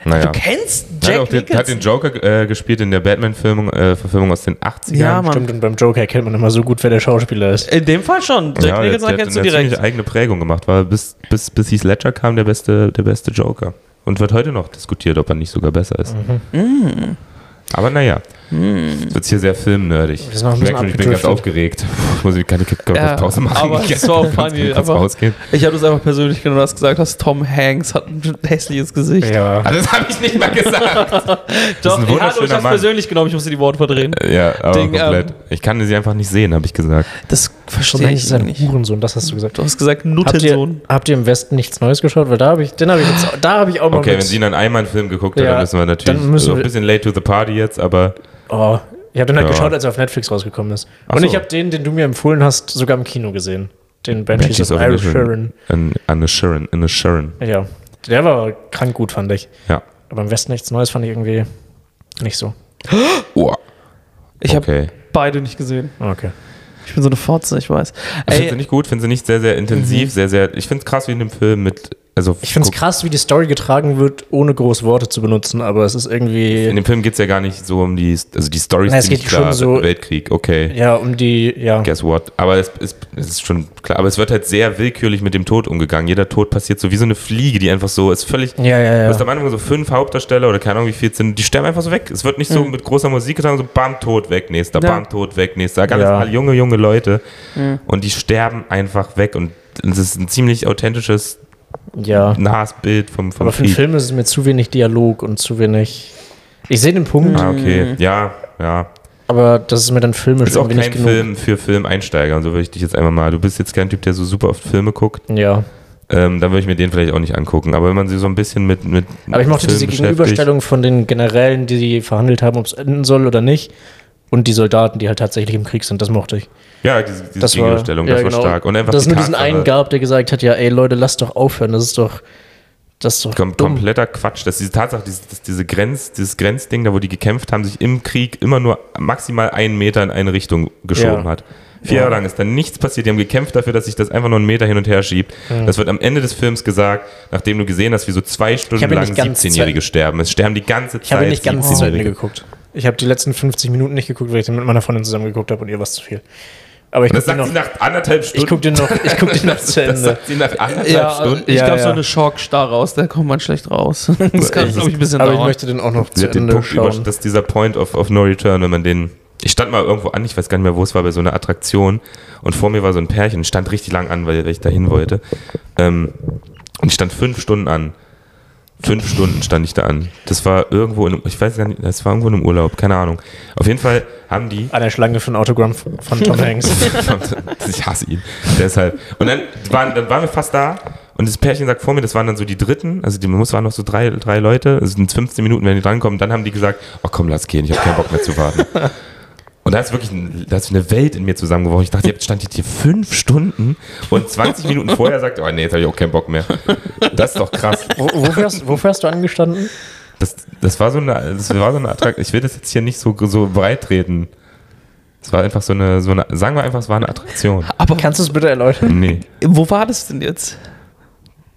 S3: Naja.
S1: Du kennst
S3: Hat,
S1: Jack
S3: auch den,
S1: Nicholson.
S3: hat den Joker äh, gespielt in der Batman-Verfilmung äh, Verfilmung aus den 80ern.
S1: ja, Mann.
S2: Stimmt, und beim Joker erkennt man immer so gut, wer der Schauspieler ist.
S1: In dem Fall schon. Jack
S3: Ja, der, der
S1: Nicholson
S3: hat
S1: kennst du
S3: eine ziemlich
S1: direkt.
S3: eigene Prägung gemacht, war bis, bis, bis Heath Ledger kam der beste, der beste Joker. Und wird heute noch diskutiert, ob er nicht sogar besser ist.
S1: Mm.
S3: Aber naja, es wird hier sehr filmnerdig.
S2: Wir sind noch ein
S3: Ich
S2: bisschen
S3: merke schon, ich bin ganz
S2: abgedriftet.
S3: aufgeregt. Ich muss ich keine
S1: Ja,
S3: Pause machen.
S1: aber
S3: Ich
S1: es war auch
S3: kann
S1: funny,
S3: kurz
S1: aber-
S3: rausgehen.
S1: Ich habe das einfach persönlich genommen, dass du gesagt hast, Tom Hanks hat ein hässliches Gesicht.
S2: Ja.
S1: Also
S3: Ah, das habe ich nicht mal gesagt.
S1: Doch,
S3: ein
S1: ja, du, ich
S3: wunderschöner
S1: hab's
S3: Mann.
S1: persönlich genommen, ich musste die Worte verdrehen.
S3: ja, aber
S1: Ding,
S3: komplett.
S1: ähm,
S3: ich kann sie einfach nicht sehen, habe ich gesagt.
S1: Das
S2: Tom
S1: verstehe
S2: Hanks
S1: ich
S2: ist ein
S1: nicht.
S2: Hurensohn, das hast du gesagt.
S1: Du hast gesagt,
S2: Habt ihr,
S1: Nuttensohn.
S2: habt ihr im Westen nichts Neues geschaut? Weil da habe ich, den habe ich jetzt, da habe ich auch mal
S3: Okay,
S2: mit-
S3: wenn sie dann einmal einen Film geguckt hat,
S2: Ja,
S3: dann müssen wir natürlich
S2: dann müssen
S3: also
S2: wir-
S3: ein bisschen late to the party jetzt, aber
S2: Oh, ich habe den halt
S3: Ja.
S2: geschaut, als er auf Netflix rausgekommen ist.
S3: Ach
S2: und
S3: so.
S2: ich habe den, den du mir empfohlen hast, sogar im Kino gesehen. Den Banshees,
S3: Banshees
S2: of
S3: of
S2: Irish
S3: Inisherin.
S2: Sharon.
S3: An, an a Sharon, in a Sharon.
S2: Ja, der war krank gut, fand ich.
S3: Ja.
S2: Aber im Westen nichts Neues fand ich irgendwie nicht so.
S3: Oh.
S1: Ich habe
S3: okay.
S1: beide nicht gesehen.
S2: Ah, Okay.
S1: Ich bin so eine Fotze, ich weiß.
S3: Finde sie
S1: Ey,
S3: nicht gut, finde sie nicht sehr, sehr intensiv, sehr, sehr. Ich finde es krass wie in dem Film mit. Also
S2: Mhm. Ich finde es
S3: guck,
S2: krass, wie die Story getragen wird, ohne groß Worte zu benutzen, aber es ist
S3: In
S2: irgendwie,
S3: dem Film geht es ja gar nicht so um die. Also die Story
S2: Na, es geht schon so-
S3: Weltkrieg, okay.
S2: ja, um die, ja.
S3: Guess what? Aber es, es, es ist schon klar. Aber es wird halt sehr willkürlich mit dem Tod umgegangen. Jeder Tod passiert so wie so eine Fliege, die einfach so ist völlig.
S2: Ja, ja,
S3: Du hast
S2: ja.
S3: am Anfang so fünf Hauptdarsteller oder keine Ahnung wie viel sind, die sterben einfach so weg. Es wird nicht so
S2: Hm.
S3: mit großer Musik getan, so bam, tot weg, nächster,
S1: Ja.
S3: bam, tot weg, nächster. Ganz
S2: Ja.
S3: alle junge, junge Leute. Und die sterben einfach weg. Und es ist ein ziemlich authentisches,
S2: ja.
S3: nahes Bild vom, vom
S2: Aber für einen
S3: Krieg.
S2: Film ist es mir zu wenig Dialog und zu wenig. Ich sehe den Punkt,
S3: Ah, okay. Ja, ja.
S2: aber das ist mir dann filmisch
S3: Ist auch
S2: Hm. irgendwie
S3: kein
S2: nicht genug.
S3: Film für Filmeinsteiger. Und so würde ich dich jetzt einmal mal. Du bist jetzt kein Typ, der so super oft Filme guckt.
S2: Ja.
S3: Ähm, dann würde ich mir den vielleicht auch nicht angucken. Aber wenn man sie so ein bisschen mit. mit
S2: Aber ich mochte
S3: Film
S2: diese
S3: beschäftigt-
S2: Gegenüberstellung von den Generälen, die sie verhandelt haben, ob es enden soll oder nicht. Und die Soldaten, die halt tatsächlich im Krieg sind, das mochte ich.
S3: Ja, diese, diese
S2: Das war,
S3: Gegenüberstellung, das war stark. Und einfach
S2: dass es
S3: die
S2: nur diesen
S3: Tatsache-
S2: einen gab, der gesagt hat, ja, ey Leute, lasst doch aufhören, das ist doch, das ist doch
S3: Kom
S2: dumm.
S3: kompletter Quatsch, dass diese Tatsache, dieses, dass diese Grenz, dieses Grenzding, da wo die gekämpft haben, sich im Krieg immer nur maximal einen Meter in eine Richtung geschoben
S2: Ja.
S3: hat. Vier
S2: Ja.
S3: Jahre lang ist dann nichts passiert. Die haben gekämpft dafür, dass sich das einfach nur einen Meter hin und her schiebt. Das wird am Ende des Films gesagt, nachdem du gesehen hast, wie so zwei Stunden
S2: ihn
S3: lang
S2: nicht ganz
S3: 17-Jährige sterben. Es sterben die ganze Zeit.
S2: Ich habe nicht ganz zu Ende
S3: 17-Jährige.
S2: geguckt. Ich habe die letzten 50 Minuten nicht geguckt, weil ich den mit meiner Freundin zusammen geguckt habe und ihr war es zu viel. Aber ich
S3: Und das
S2: gucke den
S3: sagt
S2: noch,
S3: sie nach anderthalb
S2: Genau. ich
S3: Stunden.
S2: guck den noch, ich guck den noch zu
S3: das
S2: Ende.
S3: sagt sie nach anderthalb
S1: ja,
S3: Stunden.
S1: ich
S2: Ja,
S1: glaube,
S2: ja.
S1: so eine Schockstarre aus, da kommt man schlecht raus. Das kann, glaube ich, ein bisschen
S2: Aber ich
S1: dauern.
S2: möchte den auch noch
S3: Sie
S2: zu
S3: hat den
S2: Ende
S3: Punkt über,
S2: schauen.
S3: dass dieser Point of, of No Return, wenn man den. Ich stand mal irgendwo an, ich weiß gar nicht mehr, wo es war, bei so einer Attraktion. Und vor mir war so ein Pärchen, stand richtig lang an, weil ich da hin wollte. Ähm, und ich stand fünf Stunden an. Fünf Stunden stand ich da an. Das war irgendwo in, ich weiß gar nicht, das war irgendwo in einem Urlaub, keine Ahnung. Auf jeden Fall haben die
S2: An der Schlange für ein Autogramm von Tom Hanks.
S3: ich hasse ihn. Deshalb. Und dann waren, dann waren wir fast da. Und das Pärchen sagt vor mir, das waren dann so die Dritten, also die muss waren noch so drei, drei Leute, also in 15 Minuten, wenn die drankommen, dann haben die gesagt, oh komm, lass gehen, ich habe keinen Bock mehr zu warten. Und da ist wirklich ein, da ist eine Welt in mir zusammengebrochen. Ich dachte, jetzt stand jetzt hier fünf Stunden und 20 Minuten vorher sagt, oh nee, jetzt habe ich auch keinen Bock mehr. Das ist doch krass.
S2: Wo, wofür, hast, wofür hast du angestanden?
S3: Das, Das war so eine, das war so eine Attrakt Ich will das jetzt hier nicht so, so breit treten. Es war einfach so eine, so eine, sagen wir einfach, es war eine Attraktion.
S1: Aber
S2: Kannst du es bitte erläutern?
S3: Nee,
S1: wo war das denn jetzt?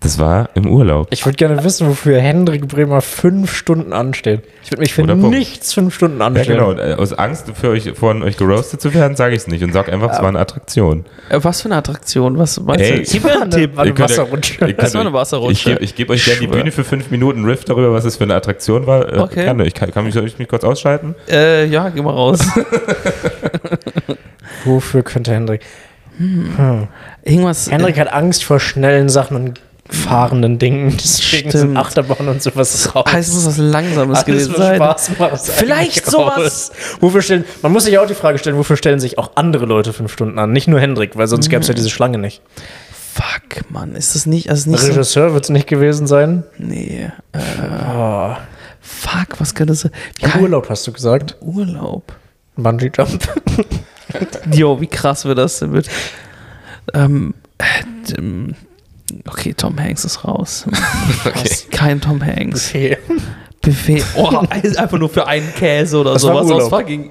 S3: das war im Urlaub.
S2: Ich würde gerne wissen, wofür Hendrik Bremer fünf Stunden ansteht. Ich würde mich für
S3: Guter Punkt.
S2: nichts fünf Stunden
S3: Ja,
S2: anstehen.
S3: genau. Und, äh, aus Angst für euch, von euch geroastet zu werden, sage ich es nicht und sag einfach, es war eine Attraktion.
S1: Äh, Was für eine Attraktion? Was meinst du?
S3: Ey,
S1: Gib mir einen Tipp.
S2: War eine
S3: Ihr könnt ja-
S2: Wasserrutsche.
S3: ihr könnt
S1: Das war
S3: euch-
S1: eine Wasserrutsche.
S3: Ich gebe ich geb euch gerne die
S1: Schwör.
S3: Bühne für fünf Minuten Riff darüber, was es für eine Attraktion war. Äh,
S1: Okay.
S3: Gerne. Ich kann, kann mich, soll ich mich kurz ausschalten.
S1: Äh, ja, geh mal raus.
S2: Wofür könnte Hendrik?
S1: Irgendwas. äh,
S2: Hendrik hat Angst vor schnellen Sachen und fahrenden Dingen. Deswegen sind
S1: Stimmt.
S2: Achterbahn und sowas raus.
S3: Also
S1: äh, heißt es muss was Langsames
S2: Alles,
S1: gewesen
S2: was
S1: sein?
S2: Spaß macht, ist
S1: Vielleicht
S2: eigentlich
S1: sowas.
S2: raus. Wofür stellen, man muss sich auch die Frage stellen, wofür stellen sich auch andere Leute fünf Stunden an? Nicht nur Hendrik, weil sonst gäbe
S1: Mhm.
S2: es ja diese Schlange nicht.
S1: Fuck, Mann, ist das nicht, also nicht so,
S2: Regisseur wird es nicht gewesen sein.
S1: nee, äh,
S2: Oh.
S1: fuck, was könnte das sein? Wie
S2: Im
S1: heißt-
S2: Urlaub hast du gesagt.
S1: Urlaub.
S2: Bungee Jump.
S1: Jo, wie krass wäre das denn mit, ähm, äh, ähm, okay, Tom Hanks ist raus. okay. Kein Tom Hanks.
S2: Okay.
S1: Buffet, oh, einfach nur für einen Käse oder
S2: Das war
S1: sowas.
S2: Urlaub.
S1: aus fucking,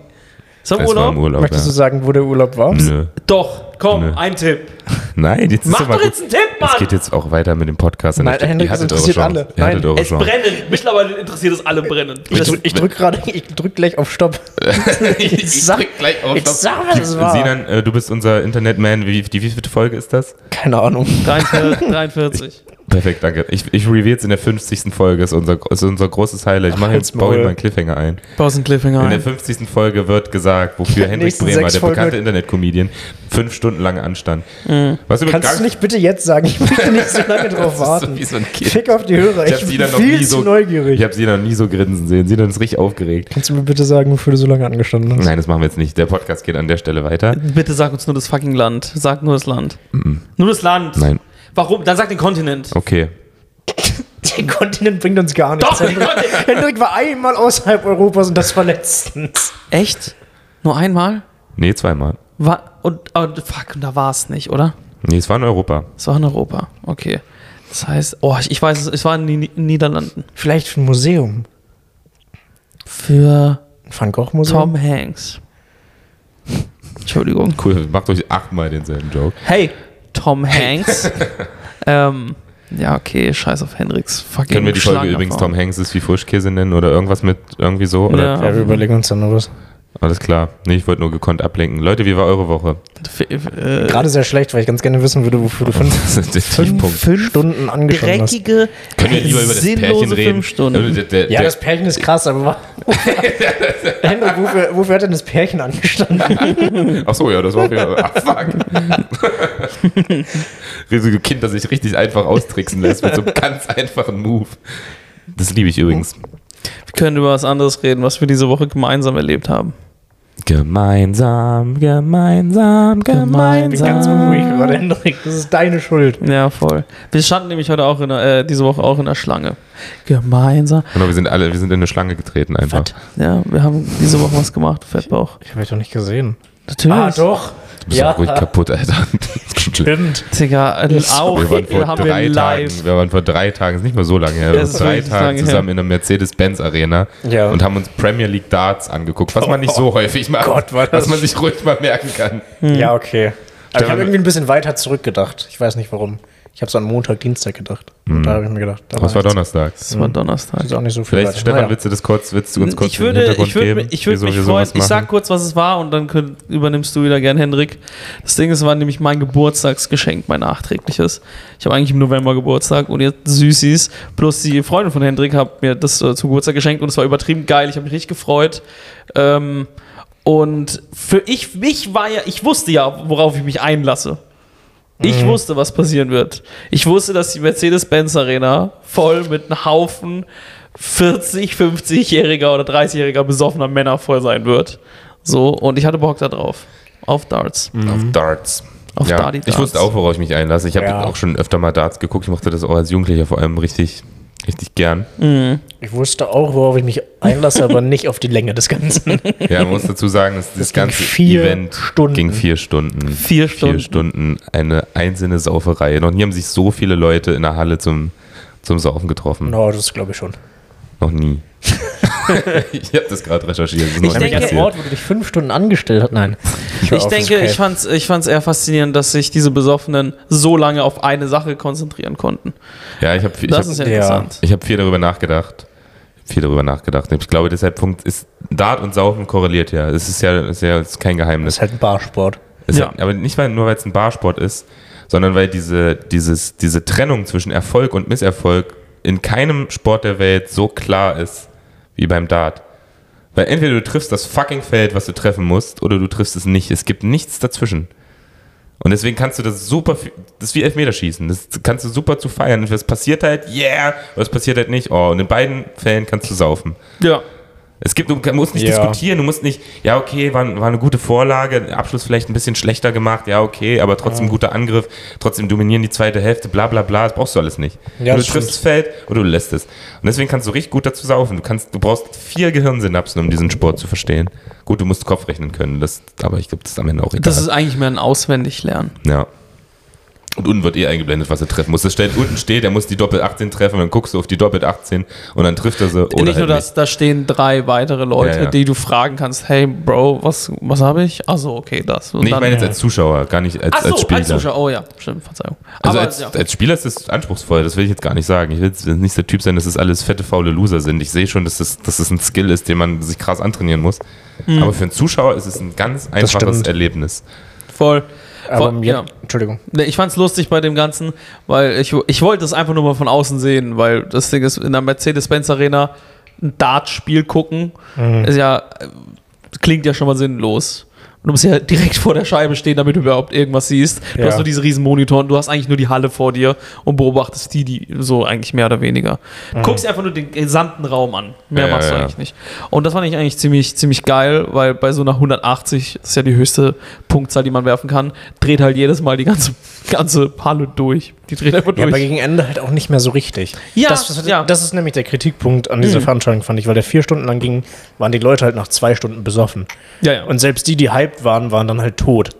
S1: ist das
S3: Es war
S1: Urlaub?
S3: im Urlaub.
S2: Möchtest du sagen, wo der Urlaub war?
S3: Nö.
S1: Doch, komm,
S3: Nö.
S1: ein Tipp.
S3: Nein, jetzt ist
S1: Mach
S3: doch mal
S1: doch
S3: gut.
S1: jetzt einen Tipp,
S3: Es
S1: Mann!
S3: geht jetzt auch weiter mit dem Podcast.
S2: Nein, Hendrik, das interessiert alle.
S3: Ihr
S2: Nein,
S3: hattet eure
S1: Es
S3: Chance.
S1: brennen. Mittlerweile interessiert es alle brennen.
S2: Ich, drück- ich drück gerade, ich drück gleich auf Stopp. ich sag gleich auf Stopp. Ich sag, was es war.
S3: Sinan, äh, du bist unser Internetman. Wie, die wievielte Folge ist das?
S2: Keine Ahnung.
S1: 43. 43.
S3: Perfekt, danke. Ich, ich reveal jetzt in der 50. Folge. Ist unser, ist unser großes Highlight. Ich mache jetzt,
S2: halt's
S3: baue
S2: Maul.
S3: jetzt meinen Cliffhanger ein.
S1: Baust einen Cliffhanger
S3: In der
S1: ein.
S3: 50. Folge wird gesagt, wofür Hendrik
S2: nächsten
S3: Bremer,
S2: sechs
S3: der
S2: Folgen
S3: bekannte
S2: wird-
S3: Internet-Comedian, fünf Stunden lang anstand. Was übrigens
S2: Mhm. Kannst
S3: gar-
S2: du nicht bitte jetzt sagen? Ich möchte nicht so lange drauf
S3: Das ist
S2: warten.
S3: so wie so ein Kind.
S2: Fick auf die Hörer.
S3: Ich
S2: Ich,
S3: habe sie
S2: bin
S3: dann noch
S2: viel
S3: nie
S2: zu
S3: so
S2: neugierig.
S3: Ich habe sie noch nie so grinsen sehen. Sie dann ist richtig aufgeregt.
S2: Kannst du mir bitte sagen, wofür du so lange angestanden hast?
S3: Nein, das machen wir jetzt nicht. Der Podcast geht an der Stelle weiter.
S1: Bitte sag uns nur das fucking Land. Sag nur das Land. Nur das Land.
S3: Nein. Oh.
S1: Warum? Dann sag den Kontinent.
S3: Okay.
S2: Der Kontinent bringt uns gar nichts.
S1: Doch, den
S2: Hendrik,
S1: Kontinent.
S2: Hendrik war einmal außerhalb Europas und das war letztens.
S1: Echt? Nur einmal?
S3: Nee, zweimal.
S1: War, und, und fuck, und da war es nicht, oder?
S3: Nee, es war in Europa.
S1: Es war in Europa. Okay. Das heißt, oh, ich, ich weiß es, es war in den Ni- Niederlanden.
S2: Vielleicht für ein Museum.
S1: Für
S2: Ein Van Gogh Museum?
S1: Tom Hanks. Entschuldigung.
S3: Cool, macht euch achtmal denselben Joke.
S1: Hey, Tom Hanks. ähm, ja, okay, scheiß auf Hendricks fucking
S3: Können wir die Folge
S1: Schlangen
S3: übrigens
S1: davon.
S3: Tom Hanks ist wie Frischkäse nennen oder irgendwas mit irgendwie so? Oder?
S1: Ja.
S2: Ja, wir überlegen uns dann noch was.
S3: Alles klar. Nee, ich wollte nur gekonnt ablenken. Leute, wie war eure Woche?
S1: F- äh,
S2: Gerade sehr schlecht, weil ich ganz gerne wissen würde, wofür du fünf
S3: Das ist der Tiefpunkt.
S2: Stunden angestanden hast.
S1: dreckige,
S3: Können wir lieber über das
S1: sinnlose
S3: Pärchen reden?
S1: fünf Stunden.
S3: Äh, Der, der,
S2: Ja,
S3: der,
S2: das Pärchen ist krass, aber wa- Hendrik, wofür, wofür hat denn das Pärchen angestanden?
S3: Ach so, ja, das war wieder. Ah, fuck. Riesige Kind, das sich richtig einfach austricksen lässt mit so einem ganz einfachen Move. Das liebe ich übrigens.
S1: Wir können über was anderes reden, was wir diese Woche gemeinsam erlebt haben.
S3: Gemeinsam, gemeinsam,
S2: Ich bin ganz unruhig gerade, Hendrik. Das ist deine Schuld.
S1: Ja, voll. Wir standen nämlich heute auch in der, äh, diese Woche auch in der Schlange. Gemeinsam.
S3: Genau, wir sind alle, wir sind in eine Schlange getreten einfach.
S1: Ja, wir haben diese Woche was gemacht, Fettbauch.
S2: Ich habe euch doch nicht gesehen.
S1: Natürlich.
S2: Ah, doch.
S3: Du bist auch ruhig kaputt, Alter. Stimmt.
S2: Stimmt.
S1: Digga, äh, auch
S3: Wir waren vor
S1: haben wir
S3: drei
S1: live.
S3: Tagen, wir waren vor drei Tagen, ist nicht mehr so lange her, wir
S1: Das
S3: waren
S1: ist
S3: drei
S1: wirklich
S3: Tage
S1: lange her.
S3: zusammen in der Mercedes-Benz Arena
S2: Ja.
S3: und haben uns Premier League Darts angeguckt, was man nicht
S1: Oh
S3: so häufig macht,
S2: Gott, war das-
S3: was man sich ruhig mal merken kann.
S2: Ja, okay. Aber Hm. ich
S3: Stell-
S2: habe irgendwie ein bisschen weiter zurückgedacht. Ich weiß nicht warum. Ich habe es an Montag, Dienstag gedacht. Und Da habe ich mir gedacht, da
S3: Aber es Hm. war
S2: nichts.
S3: Donnerstag.
S1: Mhm. Das war Donnerstag.
S2: Das ist auch nicht so viel.
S3: Vielleicht,
S2: weiter.
S3: Stefan,
S2: Naja.
S3: willst du das kurz, willst du uns kurz
S1: Ich würde, ich würde, ich würde
S3: wieso
S1: mich
S3: wir
S1: freuen.
S3: sowas
S1: Ich sag
S3: machen?
S1: kurz, was es war und dann könnt, übernimmst du wieder gern, Hendrik. Das Ding ist, es war nämlich mein Geburtstagsgeschenk, mein nachträgliches. Ich habe eigentlich im November Geburtstag und ihr Süßis plus die Freundin von Hendrik hat mir das äh, zu Geburtstag geschenkt und es war übertrieben geil. Ich habe mich richtig gefreut. Ähm, und für ich, mich war ja, ich wusste ja, worauf ich mich einlasse.
S3: Mhm.
S1: Ich wusste, was passieren wird. Ich wusste, dass die Mercedes-Benz Arena voll mit einem Haufen 40, 50-jähriger oder 30-jähriger besoffener Männer voll sein wird. So, und ich hatte Bock da drauf. Auf Darts.
S3: Auf Darts.
S1: Mhm. Auf
S3: ja,
S1: Darty
S3: Ich
S1: Darts.
S3: wusste auch, worauf ich mich einlasse. Ich habe
S2: Ja.
S3: auch schon öfter mal Darts geguckt. Ich mochte das auch als Jugendlicher vor allem richtig, richtig gern.
S2: Ich wusste auch, worauf ich mich einlasse, aber nicht auf die Länge des Ganzen.
S3: Ja, man muss dazu sagen, dass das,
S2: ging
S3: ganze
S2: vier
S3: Event
S2: Stunden.
S3: ging vier Stunden.
S1: Vier Stunden.
S3: Stunden eine einzelne Sauferei. Noch nie haben sich so viele Leute in der Halle zum, zum Saufen getroffen.
S2: no, das glaube ich schon.
S3: Noch nie. ich habe das gerade recherchiert. Das ist
S1: Ich
S3: noch nie
S1: denke-
S2: Ein
S3: passiert.
S2: Ort, wo du dich fünf Stunden angestellt hast. Nein. Hör
S1: Ich
S2: auf, das ist
S1: denke,
S2: okay.
S1: ich fand's, ich fand's eher faszinierend, dass sich diese Besoffenen so lange auf eine Sache konzentrieren konnten.
S3: Ja, ich habe ich
S1: Das
S3: hab,
S1: ist ja
S2: ja.
S1: interessant.
S3: Ich habe viel darüber nachgedacht. Ich hab Viel darüber nachgedacht. Ich glaube, deshalb Punkt ist Dart und Saufen korreliert ja. Es ist ja, es ist ja jetzt kein
S2: Das
S3: Geheimnis.
S2: ist halt ein Barsport.
S3: Es
S1: Ja.
S3: hat, aber nicht weil, nur, weil es ein Barsport ist, sondern weil diese, dieses, diese Trennung zwischen Erfolg und Misserfolg in keinem Sport der Welt so klar ist wie beim Dart. Weil entweder du triffst das fucking Feld, was du treffen musst, oder du triffst es nicht. Es gibt nichts dazwischen. Und deswegen kannst du das super, viel- das ist wie Elfmeterschießen, das kannst du super zu feiern. Und was passiert halt, yeah, oder es passiert halt nicht, oh, und in beiden Fällen kannst du saufen.
S1: Ja.
S3: Es gibt, du musst nicht
S2: Ja.
S3: diskutieren, du musst nicht, ja, okay, war, war eine gute Vorlage, Abschluss vielleicht ein bisschen schlechter gemacht, ja, okay, aber trotzdem guter Angriff, trotzdem dominieren die zweite Hälfte, bla, bla, bla, das brauchst du alles nicht.
S2: Ja,
S3: Und du
S2: das
S3: triffst das Feld oder du lässt es. Und deswegen kannst du richtig gut dazu saufen. Du, kannst, du brauchst vier Gehirnsynapsen, um diesen Sport zu verstehen. Gut, du musst Kopf rechnen können, das, aber ich glaube, das ist am Ende auch egal.
S1: Das ist eigentlich mehr ein Auswendiglernen.
S3: ja. Und unten wird eh eingeblendet, was er treffen muss. Das steht, unten steht, er muss die Doppel 18 treffen, dann guckst du auf die Doppel 18 und dann trifft er sie. Oder
S1: nicht nur
S3: halt
S1: das, da stehen drei weitere Leute,
S3: Ja, ja.
S1: die du fragen kannst, hey Bro, was, was habe ich? Achso, okay, das. Und äh,
S3: Nee, ich meine jetzt
S2: ja.
S3: als Zuschauer, gar nicht als,
S1: Ach so,
S3: als Spieler.
S1: als Zuschauer, oh ja, stimmt, Verzeihung.
S3: Also
S1: Aber,
S3: als,
S1: ja.
S3: als Spieler ist es anspruchsvoll, das will ich jetzt gar nicht sagen. Ich will jetzt nicht der Typ sein, dass es alles fette, faule Loser sind. Ich sehe schon, dass es, dass es ein Skill ist, den man sich krass antrainieren muss.
S1: Mhm.
S3: Aber für einen Zuschauer ist es ein ganz einfaches
S2: stimmt.
S3: Erlebnis.
S1: voll.
S2: Aber
S1: voll
S2: ja. Entschuldigung.
S1: Nee, ich fand's lustig bei dem Ganzen, weil ich, ich wollte es einfach nur mal von außen sehen, weil das Ding ist, in der Mercedes-Benz Arena ein Dartspiel gucken,
S2: Mhm.
S1: ist ja, äh, klingt ja schon mal sinnlos. Und du musst ja direkt vor der Scheibe stehen, damit du überhaupt irgendwas siehst. Du
S2: Ja.
S1: hast nur diese riesen Monitor und du hast eigentlich nur die Halle vor dir und beobachtest die, die so eigentlich mehr oder weniger.
S2: Mhm.
S1: Du Guckst einfach nur den gesamten Raum an. Mehr
S3: Ja, ja,
S1: machst du
S3: ja.
S1: eigentlich nicht. Und das fand ich eigentlich ziemlich, ziemlich geil, weil bei so einer 180, das ist ja die höchste Punktzahl, die man werfen kann, dreht halt jedes Mal die ganze, ganze Halle durch. Die dreht einfach
S2: Ja, aber
S1: durch.
S2: gegen Ende halt auch nicht mehr so richtig.
S1: Ja,
S2: das, das,
S1: ja.
S2: das ist nämlich der Kritikpunkt an dieser Veranstaltung, fand ich, weil der vier Stunden lang ging, waren die Leute halt nach zwei Stunden besoffen.
S1: Ja, ja.
S2: Und selbst die, die hyped waren, waren dann halt tot.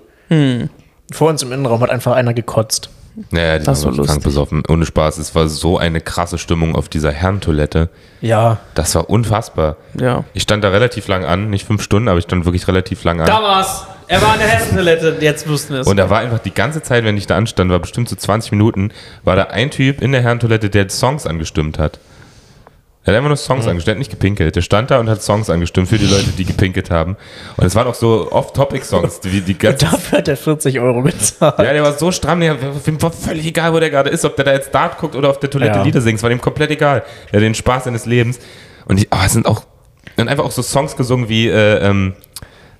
S2: Vor uns im Innenraum hat einfach einer gekotzt.
S3: Naja, die
S1: Das ist
S3: waren
S1: so
S3: wirklich krank
S1: lustig.
S3: besoffen. Ohne Spaß, es war so eine krasse Stimmung auf dieser Herrentoilette.
S2: Ja.
S3: Das war unfassbar.
S1: ja.
S3: Ich stand da relativ lang an, nicht fünf Stunden, aber ich stand wirklich relativ lang an.
S1: Da war's. Er war in der Hessen-Toilette, jetzt wussten wir es.
S3: Und da war einfach die ganze Zeit, wenn ich da anstand, war bestimmt so 20 Minuten, war da ein Typ in der Herrentoilette, der Songs angestimmt hat. Er hat einfach nur Songs angestimmt, nicht gepinkelt. Der stand da und hat Songs angestimmt für die Leute, die gepinkelt haben. Und es waren auch so Off-Topic-Songs, die die ganze
S2: Dafür hat er 40 Euro bezahlt.
S3: ja, der war so stramm, der ihm war völlig egal, wo der gerade ist, ob der da jetzt Dart guckt oder auf der Toilette
S2: Ja.
S3: Lieder singt. Es war dem komplett egal. Der hat den Spaß seines Lebens. Und die, aber es sind auch, und einfach auch so Songs gesungen wie, äh, ähm,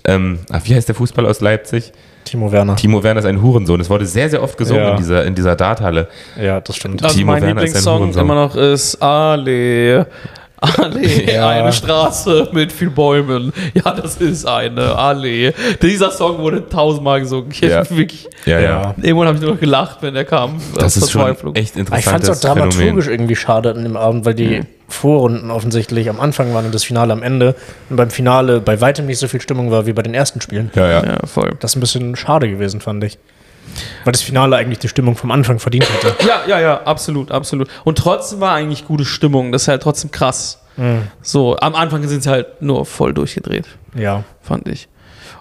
S3: ähm, ah, wie heißt der Fußball aus Leipzig?
S2: Timo Werner.
S3: Timo Werner ist ein Hurensohn. Das wurde sehr, sehr oft gesungen
S2: Ja.
S3: in dieser, in dieser Darthalle.
S2: Ja, das stimmt.
S1: also
S3: Timo
S1: mein
S3: Werner ist ein
S1: Lieblingssong
S3: Hurensohn.
S1: immer noch ist Ale. Allee,
S2: Ja.
S1: eine Straße mit viel Bäumen. Ja, das ist eine Allee. Dieser Song wurde tausendmal gesungen. Ich
S3: Ja.
S1: hab wirklich,
S3: Ja,
S2: ja.
S1: irgendwann habe ich nur noch gelacht, wenn der kam.
S3: Das
S1: Aus
S3: ist schon
S1: Verzweiflung.
S3: echt
S2: Aber Ich fand
S3: interessantes
S2: es auch dramaturgisch
S3: Phänomen.
S2: irgendwie schade an dem Abend, weil die Vorrunden offensichtlich am Anfang waren und das Finale am Ende. Und beim Finale bei weitem nicht so viel Stimmung war wie bei den ersten Spielen.
S3: Ja, ja.
S1: Ja, voll.
S2: Das ist ein bisschen schade gewesen, fand ich. Weil das Finale eigentlich die Stimmung vom Anfang verdient hätte.
S1: Ja, ja, ja, absolut, absolut. Und trotzdem war eigentlich gute Stimmung. Das ist halt trotzdem krass.
S3: Mhm.
S1: So, am Anfang sind sie halt nur voll durchgedreht,
S2: Ja.
S1: fand ich.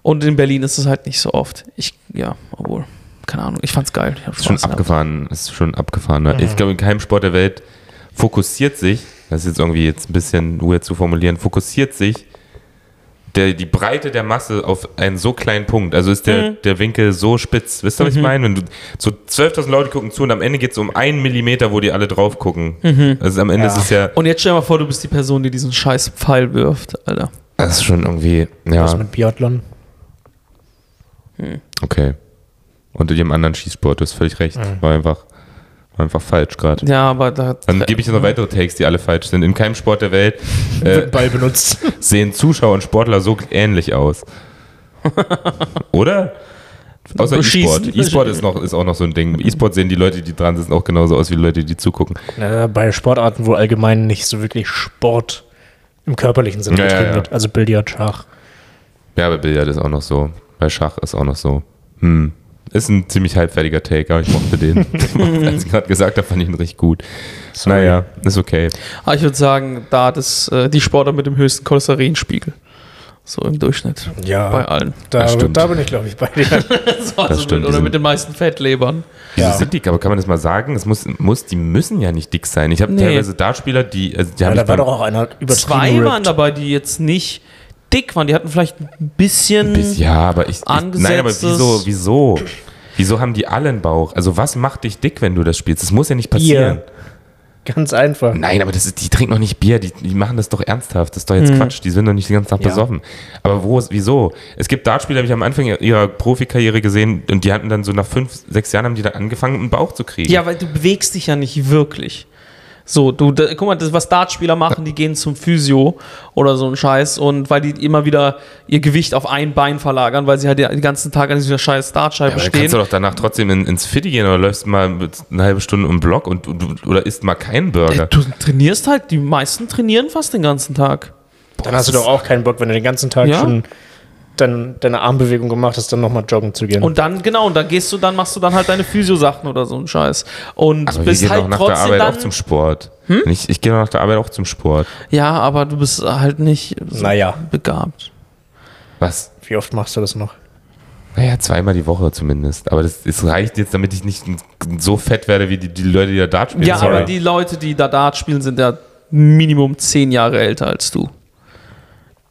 S1: Und in Berlin ist es halt nicht so oft. Ich, ja, obwohl, keine Ahnung. Ich fand's geil. Ich hab
S3: Ist schon
S1: Spaß gehabt.
S3: abgefahren. Ist schon abgefahren. ne? Ich glaube, in keinem Sport der Welt fokussiert sich, das ist jetzt irgendwie jetzt ein bisschen weird zu formulieren, fokussiert sich der, die Breite der Masse auf einen so kleinen Punkt. Also ist der, der Winkel so spitz. Wisst ihr, was ich meine? Wenn du so 12.000 Leute gucken zu und am Ende geht es um einen Millimeter, wo die alle drauf gucken. Also am Ende
S2: Ja.
S3: ist es ja.
S1: Und jetzt stell dir mal vor, du bist die Person, die diesen scheiß Pfeil wirft, Alter.
S3: Das ist schon irgendwie. Ja.
S2: Was mit Biathlon?
S3: Okay. Unter dem anderen Schießsport, du hast völlig recht. War einfach, war einfach falsch gerade.
S1: Ja, aber da.
S3: Dann gebe ich dir noch weitere Takes, die alle falsch sind. In keinem Sport der Welt äh,
S2: Wird Ball benutzt.
S3: sehen Zuschauer und Sportler so ähnlich aus. Oder? Außer
S1: Schießen.
S3: E-Sport. E-Sport ist, noch- ist auch noch so ein Ding. Im E-Sport sehen die Leute, die dran sitzen, auch genauso aus wie die Leute, die zugucken.
S2: Äh, bei Sportarten, wo allgemein nicht so wirklich Sport im körperlichen Sinne
S3: Ja, ja,
S2: betrieben
S3: ja.
S2: wird. Also Billard, Schach.
S3: Ja, bei Billard ist auch noch so. Bei Schach ist auch noch so. Hm. Ist ein ziemlich halbfertiger Take, aber ich mochte den. Als ich gerade gesagt habe, fand ich ihn richtig gut.
S2: Sorry.
S3: Naja, ist okay.
S1: Aber Ah, ich würde sagen, da hat es äh, die Sportler mit dem höchsten Cholesterinspiegel. So im Durchschnitt.
S2: Ja.
S1: Bei allen.
S2: Da,
S3: Das stimmt.
S2: da bin ich, glaube ich, bei dir.
S1: So, also mit,
S3: stimmt, die
S1: oder
S3: sind-
S1: mit den meisten Fettlebern.
S3: Wieso
S2: Ja.
S3: sind die, aber kann man das mal sagen? Es muss, muss, die müssen ja nicht dick sein. Ich habe
S1: Nee.
S3: teilweise Dartspieler, die, also die
S2: ja,
S3: haben
S2: da war doch auch einer übertrieben
S1: Zwei
S2: ripped.
S1: waren dabei, die jetzt nicht dick waren. Die hatten vielleicht ein bisschen.
S3: Bis, ja, aber ich, ich nein, aber
S1: Angesetztes-
S3: wieso, wieso? Wieso haben die alle einen Bauch? Also was macht dich dick, wenn du das spielst? Das muss ja nicht passieren.
S2: Bier. Ganz einfach.
S3: Nein, aber das ist, die trinken doch nicht Bier, die, die machen das doch ernsthaft. Das ist doch
S1: Hm.
S3: jetzt Quatsch, die sind doch nicht den ganzen Tag
S2: Ja.
S3: besoffen. Aber wo, ist- wieso? Es gibt Dartspieler, habe ich am Anfang ihrer Profikarriere gesehen und die hatten dann so nach fünf, sechs Jahren haben die dann angefangen, einen Bauch zu kriegen.
S1: Ja, weil du bewegst dich ja nicht wirklich. So, du, da, guck mal, das, was Dartspieler machen, die gehen zum Physio oder so ein Scheiß und weil die immer wieder ihr Gewicht auf ein Bein verlagern, weil sie halt ja den ganzen Tag an dieser scheiß Dartscheibe
S3: Ja, aber dann kannst
S1: stehen.
S3: du doch danach trotzdem in, ins Fitti gehen oder läufst mal mit eine halbe Stunde im Block und, und oder isst mal keinen Burger.
S1: Du trainierst halt, die meisten trainieren fast den ganzen Tag.
S2: Dann hast du doch auch keinen Bock, wenn du den ganzen Tag
S1: Ja.
S2: schon dein, deine Armbewegung gemacht hast, dann nochmal joggen zu gehen.
S1: Und dann, genau, und dann gehst du, dann machst du dann halt deine Physio-Sachen oder so ein Scheiß. Und
S3: aber wir
S1: bist
S3: gehen doch
S1: halt
S3: nach der
S1: trotzdem
S3: Arbeit Also auch zum
S1: dann. Hm?
S3: Sport. Ich, ich gehe doch nach der Arbeit auch zum Sport.
S1: Ja, aber du bist halt nicht so
S2: Naja.
S1: begabt.
S3: Was?
S2: Wie oft machst du das noch?
S3: Naja, zweimal die Woche zumindest. Aber das, das reicht jetzt, damit ich nicht so fett werde, wie die, die Leute, die da Dart spielen.
S1: Ja,
S3: Sorry.
S1: aber die Leute, die da Dart spielen, sind ja Minimum zehn Jahre älter als du.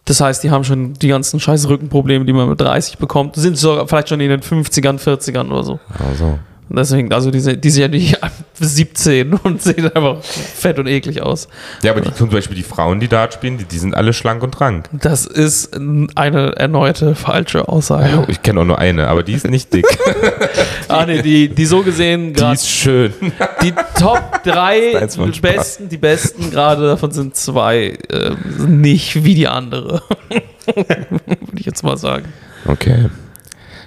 S1: Das heißt, die haben schon die ganzen scheiß Rückenprobleme, die man mit 30 bekommt, sind sogar vielleicht schon in den 50ern, 40ern oder so.
S3: Also.
S1: Und Deswegen, also die, sind- die sind ja nicht ab 17 und sehen einfach fett und eklig aus.
S3: ja, aber die, zum Beispiel die Frauen, die Dart spielen, die, die sind alle schlank und rank.
S1: Das ist eine erneute falsche Aussage.
S3: Also, Ich kenne auch nur eine, aber die ist nicht dick.
S1: Ah, nee, die, die so gesehen
S3: die
S1: gerade
S3: ist schön.
S1: Die Top 3
S3: Das war ein Spaß.
S1: besten, die besten gerade, davon sind zwei äh, nicht wie die andere. Würde ich jetzt mal sagen.
S3: Okay.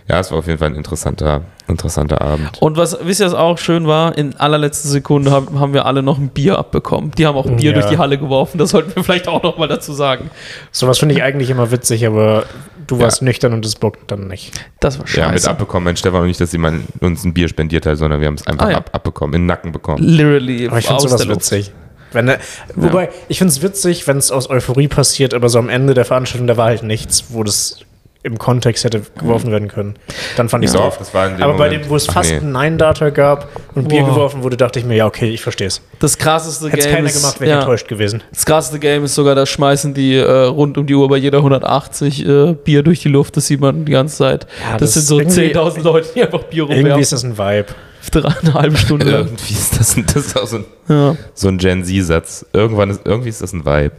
S3: Ja, es war auf jeden Fall ein interessanter, interessanter Abend.
S1: Und was, wisst ihr, was auch schön war? In allerletzter Sekunde haben, haben wir alle noch ein Bier abbekommen. Die haben auch ein Bier
S2: Ja.
S1: durch die Halle geworfen. Das sollten wir vielleicht auch nochmal dazu sagen.
S2: Sowas finde ich eigentlich immer witzig, aber du warst nüchtern und das bockt dann nicht.
S1: Das war
S3: Ja, mit
S1: scheiße.
S3: abbekommen, wenn Stefan und nicht, dass jemand uns ein Bier spendiert hat, sondern wir haben es einfach
S1: Ah, ja.
S3: ab, abbekommen, in den Nacken bekommen.
S1: Literally.
S2: Aber ich
S1: aus
S2: finde sowas
S1: der Luft.
S2: witzig. Wenn, ne- wobei, ich finde es witzig, wenn es aus Euphorie passiert, aber so am Ende der Veranstaltung, da war halt nichts, wo das im Kontext hätte geworfen werden können. Dann fand ich es
S3: Doch,
S2: doof.
S3: das war in dem
S2: Aber bei
S3: Moment-
S2: dem, wo es
S3: Ach,
S2: fast
S3: nee.
S2: ein Nein-Data gab und Bier
S1: Wow.
S2: geworfen wurde, dachte ich mir, ja, okay, ich verstehe es.
S1: Das krasseste
S2: Hätte es
S1: Game
S2: keiner
S1: ist-
S2: gemacht, wäre ich
S1: ja. Oh,
S2: enttäuscht gewesen.
S1: Das krasseste Game ist sogar, da schmeißen die äh, rund um die Uhr bei jeder 180 äh, Bier durch die Luft. Das sieht man die ganze Zeit.
S2: Ja,
S1: das, sind
S2: das
S1: so
S2: irgendwie-
S1: 10.000 Leute, die einfach Bier
S2: Irgendwie ist
S1: rumwerfen.
S2: das ein Vibe.
S1: Eine halbe Stunde.
S3: Irgendwie ist das, ein- das ist auch so ein,
S1: ja.
S3: so ein Gen Z-Satz. Irgendwann ist, irgendwie ist das ein Vibe.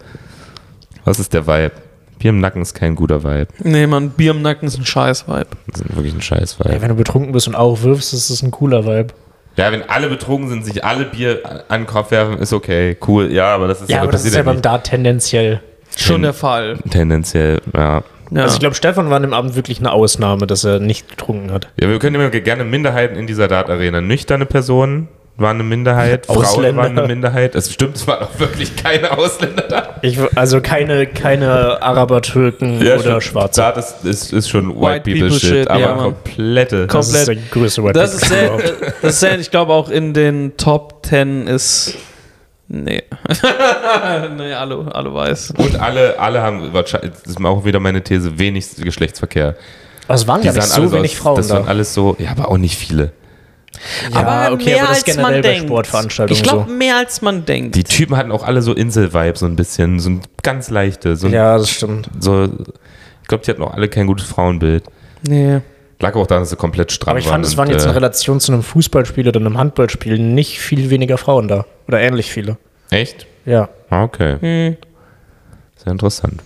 S3: Was ist der Vibe? Bier im Nacken ist kein guter Vibe.
S1: Nee, man, Bier im Nacken ist ein scheiß Vibe.
S3: Das ist wirklich ein scheiß Vibe.
S2: Ey, wenn du betrunken bist und auch wirfst, ist das ein cooler Vibe.
S3: Ja, wenn alle betrunken sind, sich alle Bier an- an den Kopf werfen, ist okay, cool. Ja, aber das ist
S2: Ja, aber halt das ist ja beim
S3: nicht.
S2: Dart tendenziell.
S1: Schon der Fall.
S3: Tendenziell, ja.
S1: Ja.
S2: Hm. Also ich glaube, Stefan war an dem Abend wirklich eine Ausnahme, dass er nicht getrunken hat.
S3: Ja, wir können immer gerne Minderheiten in dieser Dart-Arena. Nüchterne Personen waren eine Minderheit, Frauen
S2: Ausländer.
S3: waren eine Minderheit. Es stimmt, es waren auch wirklich keine Ausländer da.
S2: Ich, also keine, keine Araber, Türken oder Schwarze.
S3: Dart ist, ist, ist schon White,
S1: White
S3: People,
S1: People
S3: Shit,
S1: Shit,
S3: aber
S1: ja, Mann.
S3: komplette.
S1: Kom-
S2: Das ist der
S1: komplett-
S2: größte White
S1: das, ist
S2: People
S1: sehr,
S2: überhaupt.
S1: äh, das ist sehr, ich glaube auch in den Top 10 ist. Nee. nee, alle, alle weiß.
S3: Und alle, alle haben, wahrscheinlich- das ist auch wieder meine These, wenig Geschlechtsverkehr.
S2: Aber es waren
S3: Die
S2: gar nicht
S3: sahen alle
S2: so wenig
S3: aus,
S2: Frauen
S3: Das waren
S2: da.
S3: alles so, ja, aber auch nicht viele.
S2: Ja, Sportveranstaltungen
S1: Ich glaube, mehr als man denkt.
S3: Die Typen hatten auch alle so Insel-Vibe, so ein bisschen, so ein ganz leichte, so,
S2: so.
S3: ein-
S2: Ja, das stimmt.
S3: so ich glaube, die hatten auch alle kein gutes Frauenbild.
S1: nee.
S3: Lag auch daran, dass sie komplett stramm
S2: Aber ich fand, es waren
S3: äh,
S2: jetzt in Relation zu einem Fußballspiel oder einem Handballspiel nicht viel weniger Frauen da. Oder ähnlich viele.
S3: Echt?
S2: Ja.
S3: Ah, okay.
S1: Hm.
S3: Sehr interessant.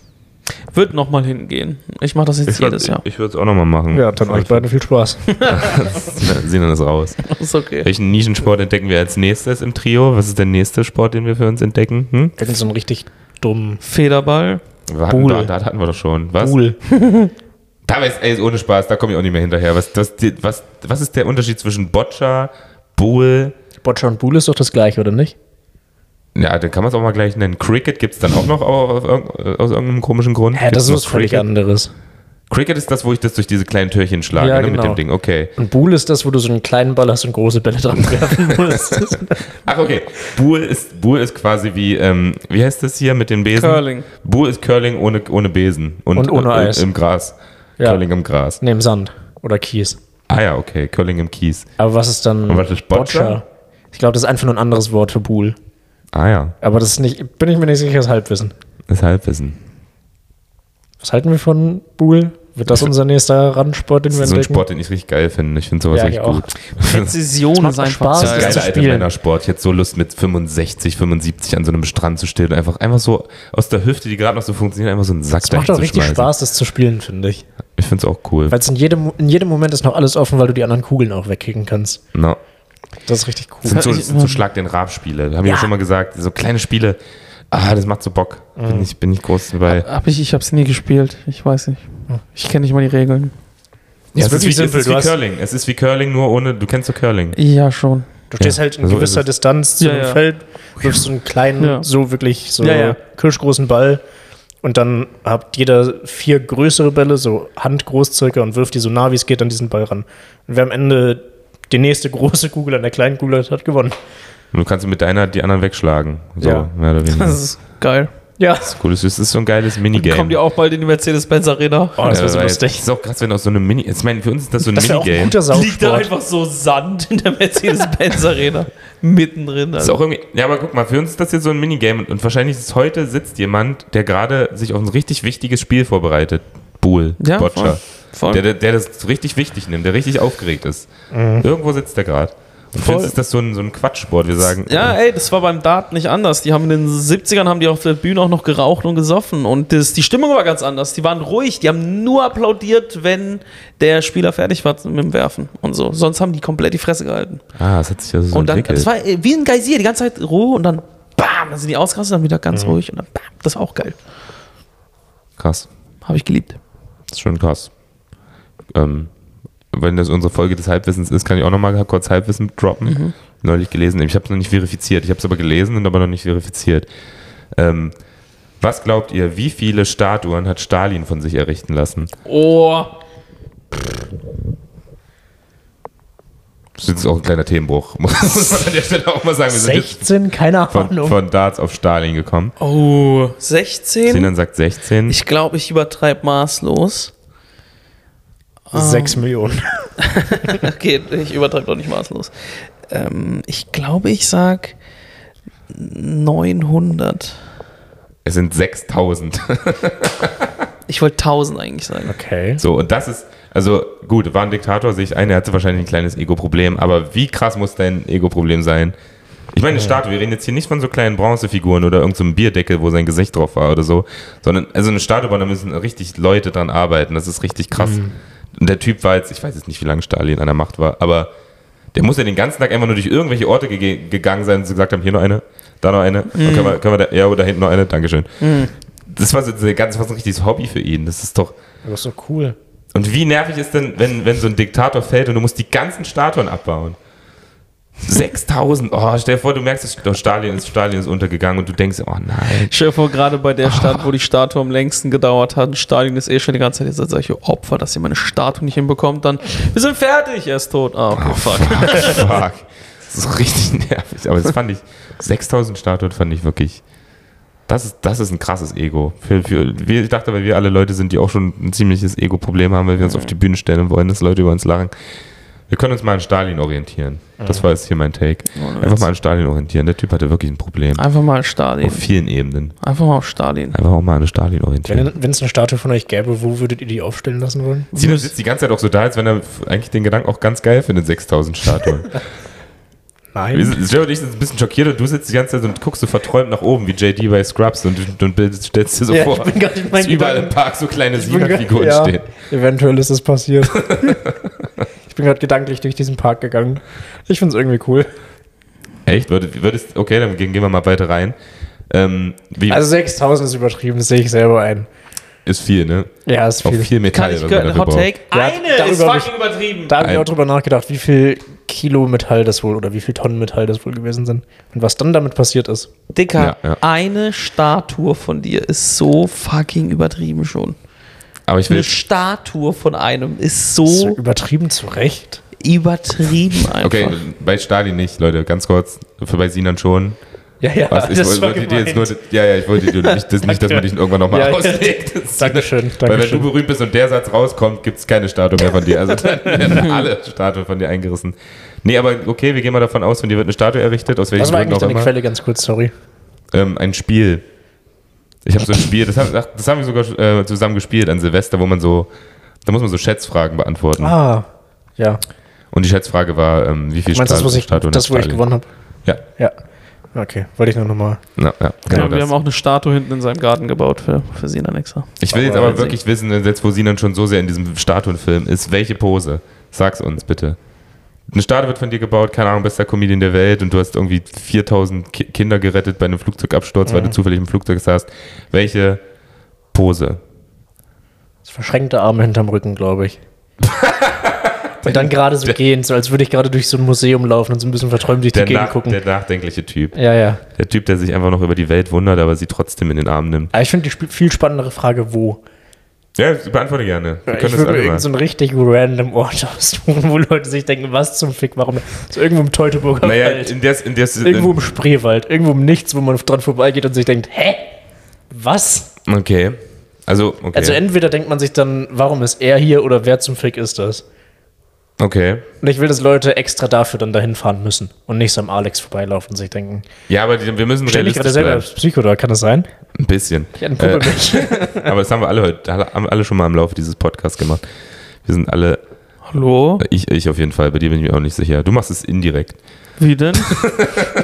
S1: Wird nochmal hingehen. Ich mache das jetzt
S3: Ich
S1: jedes Jahr.
S3: würde es auch nochmal machen. Also
S2: Ja, dann euch beiden viel Spaß.
S3: Sehen wir das raus.
S1: ist okay.
S3: Welchen Nischensport entdecken wir als nächstes im Trio? Was ist der nächste Sport, den wir für uns entdecken? Hm?
S2: Irgend so einen richtig dummen
S1: Federball.
S3: Wir hatten
S2: Pool.
S3: Da, da hatten wir doch schon. Was?
S2: Pool.
S3: Da weiß, ey, ist ohne Spaß, da komme ich auch nicht mehr hinterher. Was, das, die- was, was ist der Unterschied zwischen Boccia, Bowl?
S2: Boccia und Buhl ist doch das gleiche, oder nicht?
S3: Ja, dann kann man es auch mal gleich nennen. Cricket gibt es dann auch noch au- auf, irg- äh, aus irgendeinem komischen Grund.
S2: Ja, das
S3: Gibt's
S2: ist was
S3: noch
S2: völlig
S3: Cricket?
S2: anderes.
S3: Cricket ist das, wo ich das durch diese kleinen Türchen schlage
S2: Ja,
S3: ne, mit
S2: genau.
S3: dem Ding. Okay.
S2: Und Buhl ist das, wo du so einen kleinen Ball hast und große Bälle dran werfen musst.
S3: Ach, okay. Buhl ist, Buhl ist quasi wie, ähm, wie heißt das hier mit dem Besen?
S1: Curling.
S3: Buhl ist Curling ohne, ohne Besen. Und, äh,
S2: Und ohne Eis.
S3: Im Gras.
S2: Ja.
S3: Curling im Gras.
S2: Neben Sand oder Kies.
S3: Ah ja, okay. Curling im Kies.
S2: Aber was ist dann
S3: Und was ist Boccia?
S2: Ich glaube, das ist einfach nur ein anderes Wort für Buhl.
S3: Ah ja,
S2: Aber das ist nicht, bin ich mir nicht sicher, das Halbwissen.
S3: das Halbwissen.
S2: Was halten wir von Buhl? Wird das unser nächster Randsport, den
S3: Das
S2: wir
S3: ist so ein
S2: entdecken?
S3: Sport, den ich richtig geil finde. Ich finde sowas
S2: Ja,
S3: richtig
S2: ich auch.
S3: gut.
S1: Präzision
S2: macht
S1: ist
S2: doch
S1: einfach
S2: Spaß.
S1: geil.
S2: Das
S3: Geiler
S2: zu
S3: alter
S2: spielen.
S3: Männersport. Ich hätte so Lust mit 65, 75 an so einem Strand zu stehen und einfach, einfach so aus der Hüfte, die gerade noch so funktioniert, einfach so einen Sack
S2: Es macht doch richtig
S3: reinzuschmeißen.
S2: Spaß, das zu spielen, finde ich.
S3: Ich finde es auch cool.
S2: Weil es in jedem, in jedem Moment ist noch alles offen, weil du die anderen Kugeln auch wegkicken kannst.
S3: No.
S2: Das ist richtig
S3: Das
S2: cool.
S3: sind so, das sind so Schlag den Rab-Spiele. Haben wir ja. schon mal gesagt. So kleine Spiele. Ah, das macht so Bock.
S2: Mhm.
S3: Bin, ich, bin ich groß
S2: Äh,
S3: dabei.
S1: Hab ich, ich hab's nie gespielt. Ich weiß nicht. Ich kenne nicht mal die Regeln.
S3: Ja, es, ist wie,
S2: wirklich
S3: es
S2: simpel,
S3: ist wie
S2: du hast-
S3: Curling. Es ist wie Curling, nur ohne. Du kennst so Curling.
S1: Ja, schon.
S2: Du stehst
S3: Ja,
S2: halt in
S3: so
S2: gewisser
S3: ist es.
S2: Distanz zu
S1: Ja,
S2: dem
S1: ja.
S2: Feld, wirfst so einen kleinen,
S1: Ja.
S2: so wirklich so
S1: Ja, ja.
S2: kirschgroßen Ball und dann habt jeder vier größere Bälle, so handgroß circa, und wirft die so nah, wie es geht, an diesen Ball ran. Und wer am Ende die nächste große Kugel an der kleinen Kugel hat, hat gewonnen.
S3: Und du kannst mit deiner die anderen wegschlagen. So,
S2: Ja.
S3: mehr oder weniger.
S1: Das
S3: Das ist
S1: ist geil.
S2: Ja.
S3: cool. Das ist so ein geiles Minigame.
S1: Kommen die auch bald in die Mercedes-Benz Arena?
S2: Oh, das
S3: Ja,
S2: war so
S3: weil-
S2: lustig.
S3: Das ist auch krass, wenn aus so einem Mini. Ich meine, für uns ist das so ein
S2: Das wäre auch ein
S3: Minigame.
S2: guter
S1: Liegt da
S2: Saufsport.
S1: einfach so Sand in der Mercedes-Benz Arena. Mittendrin. also.
S3: Das ist auch irgendwie, ja, aber guck mal, für uns ist das jetzt so ein Minigame und, und wahrscheinlich ist heute sitzt jemand, der gerade sich auf ein richtig wichtiges Spiel vorbereitet. Buhl,
S1: Ja,
S3: Boccia.
S1: voll.
S3: Der, der, der das richtig wichtig nimmt, der richtig aufgeregt ist. Irgendwo sitzt der gerade. Und für
S1: Voll.
S3: uns ist das so ein, so ein Quatschsport. Wir sagen,
S1: Ja,
S3: äh,
S1: ey, das war beim Dart nicht anders. Die haben in den 70ern haben die auf der Bühne auch noch geraucht und gesoffen und das, die Stimmung war ganz anders. Die waren ruhig, die haben nur applaudiert, wenn der Spieler fertig war mit dem Werfen und so. Sonst haben die komplett die Fresse gehalten.
S3: ah, es hat sich also so
S1: und dann,
S3: entwickelt.
S1: das war äh, wie ein Geysir, die ganze Zeit Ruhe und dann bam, dann sind die ausgerastet, dann wieder
S3: Mhm.
S1: ganz ruhig und dann bam, das war auch geil.
S3: krass.
S1: Habe ich geliebt.
S3: Das ist schon krass. Ähm, wenn das unsere Folge des Halbwissens ist, kann ich auch nochmal kurz Halbwissen droppen. Neulich gelesen. Ich habe es noch nicht verifiziert. Ich habe es aber gelesen und aber noch nicht verifiziert. Ähm, was glaubt ihr, wie viele Statuen hat Stalin von sich errichten lassen?
S1: Oh,
S3: Das ist jetzt auch ein kleiner Themenbruch. Muss man an der Stelle auch mal sagen. Wir sind jetzt
S2: 16? Keine
S3: von,
S2: Ahnung.
S3: von Darts auf Stalin gekommen.
S1: oh, 16?
S3: Sinan sagt 16.
S1: Ich glaube, ich übertreibe maßlos. Ah.
S2: Sechs Millionen.
S1: Okay, ich übertreibe doch nicht maßlos. Ähm, ich glaube, ich sag 900.
S3: es sind 6000.
S1: Ich wollte 1000 eigentlich sagen.
S2: Okay.
S3: So, und das ist, also gut, war ein Diktator, sehe ich ein, er hatte wahrscheinlich ein kleines Ego-Problem, aber wie krass muss dein Ego-Problem sein? Ich meine, eine Statue, wir reden jetzt hier nicht von so kleinen Bronzefiguren oder irgendeinem Bierdeckel, wo sein Gesicht drauf war oder so, sondern, also eine Statue, da müssen richtig Leute dran arbeiten, das ist richtig krass. Und der Typ war jetzt, ich weiß jetzt nicht, wie lange Stalin an der Macht war, aber der muss ja den ganzen Tag einfach nur durch irgendwelche Orte gege- gegangen sein und so gesagt haben, hier noch eine, da noch eine, dann können wir, können wir da, ja, oder hinten noch eine, Dankeschön. Das war so das war so ein richtiges Hobby für ihn, das ist doch,
S2: Das ist so cool.
S3: und wie nervig ist denn, wenn, wenn so ein Diktator fällt und du musst die ganzen Statuen abbauen? 6000, oh, stell dir vor, du merkst, dass- doch, Stalin ist, Stalin ist untergegangen und du denkst, oh nein.
S1: Stell dir vor, gerade bei der Stadt, wo die Statue am längsten gedauert hat, Stalin ist eh schon die ganze Zeit jetzt als solche Opfer, dass ihr meine Statue nicht hinbekommt, dann wir sind fertig, er ist tot. Ah, okay, fuck.
S3: Oh, Fuck. Das ist richtig nervig. Aber das fand ich, 6000 Statuen fand ich wirklich, das ist, das ist ein krasses Ego. Für, für, wir, ich dachte, weil wir alle Leute sind, die auch schon ein ziemliches Ego-Problem haben, weil wir uns auf die Bühne stellen und wollen, dass Leute über uns lachen. Wir können uns mal an Stalin orientieren. Das war jetzt hier mein Take.
S1: Ohne
S3: Einfach
S1: Witz.
S3: mal an Stalin orientieren. Der Typ hatte wirklich ein Problem.
S1: Einfach mal
S3: Auf
S1: Stalin.
S3: vielen Ebenen.
S1: Einfach mal auf Stalin.
S3: Einfach auch mal an der Stalin orientieren.
S2: Wenn es eine Statue von euch gäbe, wo würdet ihr die aufstellen lassen wollen?
S3: Sie sitzt die ganze Zeit auch so da, als wenn er f- eigentlich den Gedanken auch ganz geil findet, 6000 Statuen. Wir
S2: Nein.
S3: sind- Joe und ich sind ein bisschen schockiert und du sitzt die ganze Zeit und guckst so verträumt nach oben wie JD bei Scrubs und, du- und bildest- stellst dir so
S2: Ja,
S3: vor,
S2: ich bin gar nicht mein
S3: dass überall im
S2: Gedanken-
S3: Park so kleine Siegerfiguren
S2: Ja,
S3: stehen.
S2: Eventuell ist es passiert. ich bin gerade gedanklich durch diesen Park gegangen. Ich finde es irgendwie cool.
S3: Echt? Würde, würdest, okay, dann gehen, gehen wir mal weiter rein. Ähm, wie
S2: Also 6000 ist übertrieben, das sehe ich selber ein.
S3: ist viel, ne?
S2: Ja, ist
S3: Auch
S2: viel.
S3: viel Metall.
S1: Kann ich
S3: was man
S1: gehört,
S3: dafür
S1: Hot Take?
S2: Ja,
S1: Eine
S2: darüber
S1: ist
S2: hab ich-
S1: fucking übertrieben.
S2: Da habe ich
S3: Ein-
S2: auch drüber nachgedacht, wie viel Kilo Metall das wohl oder wie viel Tonnen Metall das wohl gewesen sind und was dann damit passiert ist.
S1: Dicker,
S3: Ja, ja.
S1: eine Statue von dir ist so fucking übertrieben schon.
S3: Aber ich will.
S1: Eine Statue von einem ist so
S2: Ist ja übertrieben zurecht.
S1: übertrieben einfach.
S3: Okay, genau, bei Stalin nicht, Leute, ganz kurz. Für bei Sinan schon.
S2: Ja, ja,
S3: Was, ich wollte, wollte dir jetzt nur, ja, ja, ich wollte dir nicht, das, nicht dass man dich irgendwann nochmal
S2: Ja, ja.
S3: auslegt. Das ist-
S2: Dankeschön,
S3: Weil wenn du
S2: Dankeschön.
S3: berühmt bist und der Satz rauskommt, gibt es keine Statue mehr von dir. Also dann werden alle Statuen von dir eingerissen. Nee, aber okay, wir gehen mal davon aus, von dir wird eine Statue errichtet, aus
S2: Was
S3: welchen
S2: war
S3: Gründen
S2: eigentlich
S3: auch
S2: deine
S3: immer.
S2: Quelle ganz kurz, sorry.
S3: Ähm, ein Spiel. Ich habe so ein Spiel, das haben, ach, das haben wir sogar äh, zusammen gespielt an Silvester, wo man so, da muss man so Schätzfragen beantworten.
S2: Ah, ja.
S3: Und die Schätzfrage war, ähm, wie viel
S2: Meinst du das, was ich,
S3: Statuen
S2: das,
S3: hat
S2: wo ich
S3: Stalin?
S2: gewonnen habe?
S3: Ja.
S2: Ja. Okay, wollte ich nur nochmal.
S3: Ja, ja,
S1: Ja,
S3: genau
S1: wir
S3: das.
S1: haben auch eine Statue hinten in seinem Garten gebaut für, für Sina Nexa.
S3: Ich will jetzt
S2: Aber-
S3: aber wirklich wissen, jetzt wo Sinan schon so sehr in diesem Statuenfilm ist, welche Pose? Sag's uns bitte. Eine Statue wird von dir gebaut, keine Ahnung, bester Comedian der Welt und du hast irgendwie 4000 Ki Kinder gerettet bei einem Flugzeugabsturz,
S2: Mhm.
S3: weil du zufällig im Flugzeug saßt. Welche Pose?
S2: Das verschränkte Arme hinterm Rücken, glaube ich. und dann gerade so gehen, so als würde ich gerade durch so ein Museum laufen und so ein bisschen verträumt durch die
S3: Der,
S2: Gegend
S3: nach,
S2: gucken.
S3: der nachdenkliche Typ.
S2: Ja, ja.
S3: Der Typ, der sich einfach noch über die Welt wundert, aber sie trotzdem in den Arm nimmt.
S2: Aber ich finde die sp- viel spannendere Frage, wo.
S3: Ja, ich beantworte gerne. Wir
S2: ich
S3: können das
S2: würde mir
S3: alle mal.
S2: irgendeinen so einen richtig random Ort aussuchen, wo Leute sich denken, was zum Fick, warum? So irgendwo im Teutoburger
S3: Naja,
S2: Wald.
S3: in des, in des,
S2: irgendwo im Spreewald, irgendwo im Nichts, wo man dran vorbeigeht und sich denkt, hä? Was?
S3: okay. Also, okay.
S2: Also entweder denkt man sich dann, warum ist er hier oder wer zum Fick ist das?
S3: okay.
S2: Und ich will, dass Leute extra dafür dann dahin fahren müssen und nicht so am Alex vorbeilaufen und sich denken,
S3: Ja, aber die, wir müssen
S2: stell ich gerade
S3: realistisch
S2: selber
S3: bleiben.
S2: als Psycho da, kann das sein?
S3: Ein bisschen.
S2: Ja, dann gucke
S3: Äh,
S2: mich.
S3: Aber das haben wir alle heute, alle- haben alle schon mal im Laufe dieses Podcasts gemacht. Wir sind alle,
S1: Hallo?
S3: ich, ich auf jeden Fall, bei dir bin ich mir auch nicht sicher. Du machst es indirekt.
S1: Wie denn?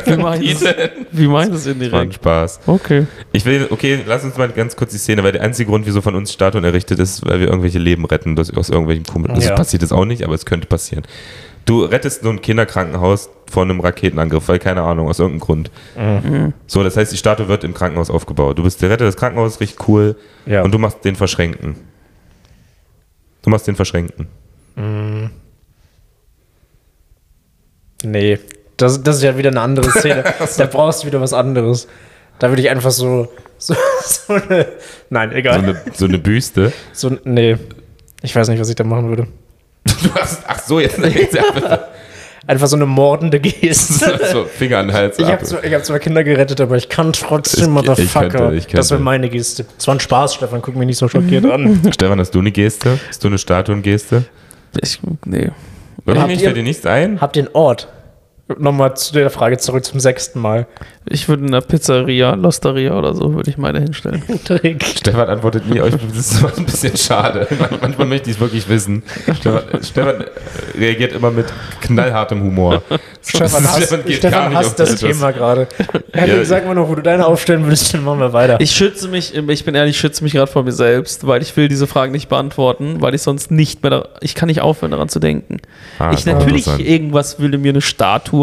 S1: Wie meinst du es? Wie meinst du es
S3: War ein
S1: indirekt?
S3: Spaß.
S1: Okay.
S3: Ich will, okay, lass uns mal ganz kurz die Szene, weil der einzige Grund, wieso von uns Statuen errichtet ist, weil wir irgendwelche Leben retten das aus irgendwelchen komischen. Das
S2: Ja.
S3: passiert jetzt auch nicht, aber es könnte passieren. Du rettest so ein Kinderkrankenhaus vor einem Raketenangriff, weil keine Ahnung, aus irgendeinem Grund.
S2: Mhm.
S3: So, das heißt, die Statue wird im Krankenhaus aufgebaut. Du bist der Retter des Krankenhauses, richtig cool.
S2: Ja.
S3: Und du machst den Verschränkten. Du machst den Verschränkten.
S2: Nee, das, das ist ja wieder eine andere Szene. da brauchst du wieder was anderes. Da würde ich einfach so, so, so eine, nein,
S3: So
S2: egal.
S3: eine, so eine Büste.
S2: So, ein- nee, ich weiß nicht, was ich da machen würde.
S3: Du hast, ach so, jetzt, jetzt
S2: Einfach so eine mordende Geste.
S3: so Finger an den Hals.
S2: Ich
S3: ab.
S2: habe zwar, ich hab zwar Kinder gerettet, aber ich kann trotzdem,
S3: Ich- ich
S2: Motherfucker.
S3: könnte, ich könnte.
S2: Das war meine Geste. Das war ein Spaß, Stefan, guck mich nicht so schockiert an.
S3: Stefan, hast du eine Geste? Hast du eine Statuengeste?
S1: Ich, nee.
S3: Wirklich
S2: Habt
S3: nicht?
S2: ihr-
S3: Fällt dir nichts ein?
S2: Habt ihr einen Ort? Nochmal zu der Frage zurück zum sechsten Mal.
S1: Ich würde in einer Pizzeria, Losteria oder so, würde ich meine hinstellen.
S2: Trick.
S3: Stefan antwortet nie, euch das ist so ein bisschen schade. Man- Manchmal möchte ich es wirklich wissen. Stefan, Stefan äh, reagiert immer mit knallhartem Humor.
S2: Stefan hasst, Stefan hasst das Thema gerade. Henrik,
S3: Ja.
S2: sag mal noch, wo du deine aufstellen würdest, dann machen wir weiter.
S1: Ich schütze mich, ich bin ehrlich, ich schütze mich gerade vor mir selbst, weil ich will diese Fragen nicht beantworten, weil ich sonst nicht mehr, da, ich kann nicht aufhören daran zu denken.
S3: Ah,
S1: ich
S3: das ist
S1: natürlich
S3: interessant.
S1: irgendwas würde mir eine Statue.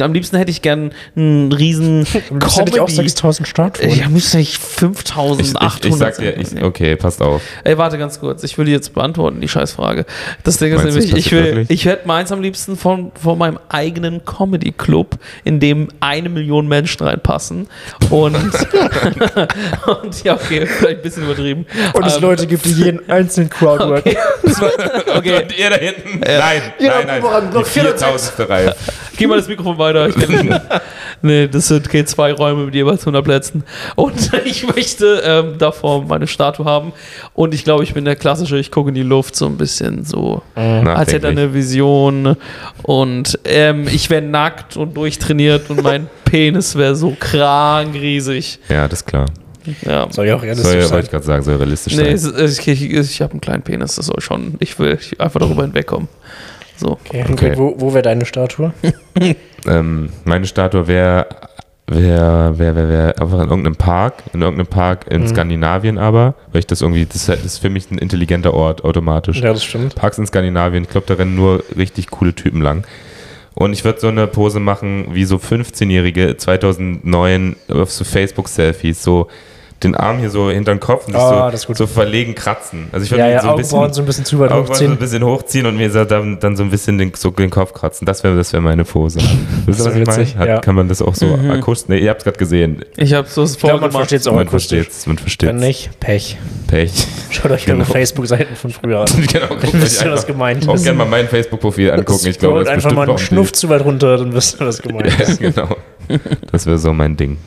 S1: Am liebsten hätte ich gern einen riesen
S2: Comedy. Ich auch
S1: Comedy.
S2: 6000 Statuen.
S1: Ich muss nicht
S3: Ich, ich,
S1: 5800.
S3: ich sag dir, ich, okay, passt auf.
S1: Ey, warte ganz kurz. Ich will die jetzt beantworten, die Scheißfrage. Das Ding ist
S3: Meinst du,
S1: nämlich,
S3: das
S1: ich
S3: passiert
S1: will,
S3: wirklich?
S1: ich hätte meins am liebsten von, von meinem eigenen Comedy-Club, in dem eine Million Menschen reinpassen. Und, und ja, okay, vielleicht ein bisschen übertrieben.
S2: Und es
S1: Ähm,
S2: Leute gibt, die jeden einzelnen Crowdwork.
S1: Okay,
S3: Und ihr da hinten? Nein,
S2: Ihr da
S3: nein,
S2: oben,
S3: nein. Die
S2: noch
S3: 4000. Reihe.
S1: geh mal das Mikrofon weiter. Ich kenn- nee, das sind okay, zwei Räume mit jeweils 100 Plätzen. Und ich möchte ähm, davor meine Statue haben. Und ich glaube, ich bin der klassische, ich gucke in die Luft so ein bisschen so. als hätte er
S3: Nachdenklich.
S1: eine Vision und ähm, ich wäre nackt und durchtrainiert und mein Penis wäre so krankriesig.
S3: Ja, das ist klar.
S1: Ja.
S2: Soll ja auch
S3: Soll,
S2: realistisch
S3: ja-
S2: sein.
S3: wollte ich gerade sagen, soll realistisch
S1: Nee,
S3: sein.
S1: es ist- ich, ich, ich habe einen kleinen Penis, das soll schon. Ich will einfach darüber hinwegkommen. So.
S2: Okay, Henrik,
S3: Okay.
S2: Wo, wo wäre deine Statue?
S3: Ähm, meine Statue wäre wär, wär, wär, wär einfach in irgendeinem Park, in irgendeinem Park
S2: Mhm.
S3: in Skandinavien aber, weil ich das irgendwie, das ist halt- das ist für mich ein intelligenter Ort automatisch.
S2: ja, das stimmt.
S3: Parks in Skandinavien, ich glaube, da rennen nur richtig coole Typen lang. Und ich würde so eine Pose machen, wie so 15-Jährige 2009 auf so Facebook-Selfies, so den Arm hier so hinter den Kopf und sich
S2: Ah,
S3: so,
S2: das ist gut.
S3: so verlegen kratzen. Also ich würde
S2: ja,
S3: ihn
S2: ja,
S3: so ein
S2: Augenbrauen
S3: bisschen,
S2: so ein bisschen zu weit
S3: Augenbrauen so ein
S2: hochziehen.
S3: bisschen hochziehen und mir so dann, dann so ein bisschen den, so den Kopf kratzen. Das wäre das wär meine Pose. Wisst ihr,
S2: Das
S3: was ich
S2: ist
S3: meine?
S2: witzig,
S3: Hat,
S2: ja. Mhm.
S3: Kann man das auch so akustisch... Ne, ihr habt es gerade gesehen.
S1: Ich habe so es
S2: Ich glaube, man
S1: vorgemacht.
S2: versteht es auch
S3: man
S2: akustisch.
S3: versteht's, man
S2: Wenn
S3: versteht's.
S2: nicht, Pech.
S3: Pech.
S2: Schaut euch
S3: Genau.
S2: eure Facebook-Seiten von früher an.
S3: genau, guckt
S2: Wisst
S3: euch
S2: ihr, was
S3: einfach-
S2: gemeint
S3: Auch
S2: ist?
S3: gerne mal mein Facebook-Profil angucken. Ich
S2: Scrollt
S3: glaube, das ist
S2: einfach
S3: bestimmt
S2: mal einen
S3: auch ein
S2: Schnuff zu weit runter, dann wisst ihr, was gemeint
S3: Ja,
S2: ist.
S3: genau. Das wäre so mein Ding.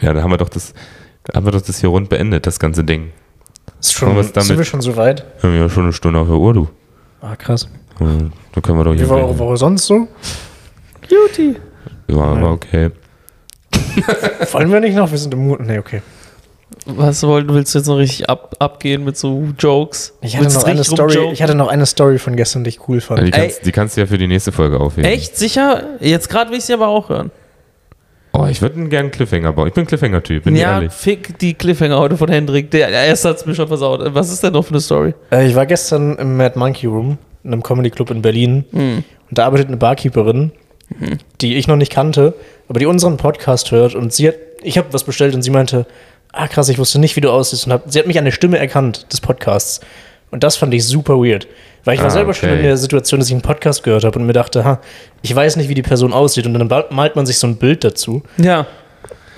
S3: Ja, da haben wir doch das, da haben wir doch das hier rund beendet, das ganze Ding.
S2: ist
S3: Wollen
S2: schon,
S3: wir's damit-
S2: sind wir schon so weit?
S3: Wir haben ja schon eine Stunde auf der Uhr, du.
S2: Ah, krass.
S3: Ja, Da können wir doch
S2: Wie
S3: hier.
S2: war eure Woche sonst so?
S1: Beauty.
S3: Ja, aber okay.
S2: Wollen wir nicht noch? Wir sind im Mut. Nee, okay.
S1: Was wollt, willst du jetzt noch richtig ab, abgehen mit so Jokes?
S2: Ich hatte,
S1: Willst du
S2: noch eine
S1: richtig
S2: Story,
S1: rumjoken?
S2: ich hatte noch eine Story von gestern, die ich cool
S3: Ja,
S2: fand.
S3: Die kannst, die kannst du ja für die nächste Folge aufheben.
S1: Echt? Sicher? Jetzt gerade will ich sie aber auch hören.
S3: Oh, ich würde gerne einen Cliffhanger bauen. Ich bin Cliffhanger-Typ, bin ja.
S1: ja,
S3: ehrlich.
S1: fick die Cliffhanger heute von Hendrik. Der, der erste hat's mir schon versaut. Was ist denn noch für eine Story?
S2: Äh, ich war gestern im Mad Monkey Room, in einem Comedy Club in Berlin.
S3: Hm.
S2: Und da arbeitet eine Barkeeperin, die ich noch nicht kannte, aber die unseren Podcast hört. Und sie hat, ich habe was bestellt und sie meinte, ah krass, ich wusste nicht, wie du aussiehst. Und hab, sie hat mich an der Stimme erkannt des Podcasts. Und das fand ich super weird. Weil ich war
S3: Ah,
S2: selber schon
S3: okay.
S2: in der Situation, dass ich einen Podcast gehört habe und mir dachte, ha, ich weiß nicht, wie die Person aussieht. Und dann ba- malt man sich so ein Bild dazu.
S1: Ja.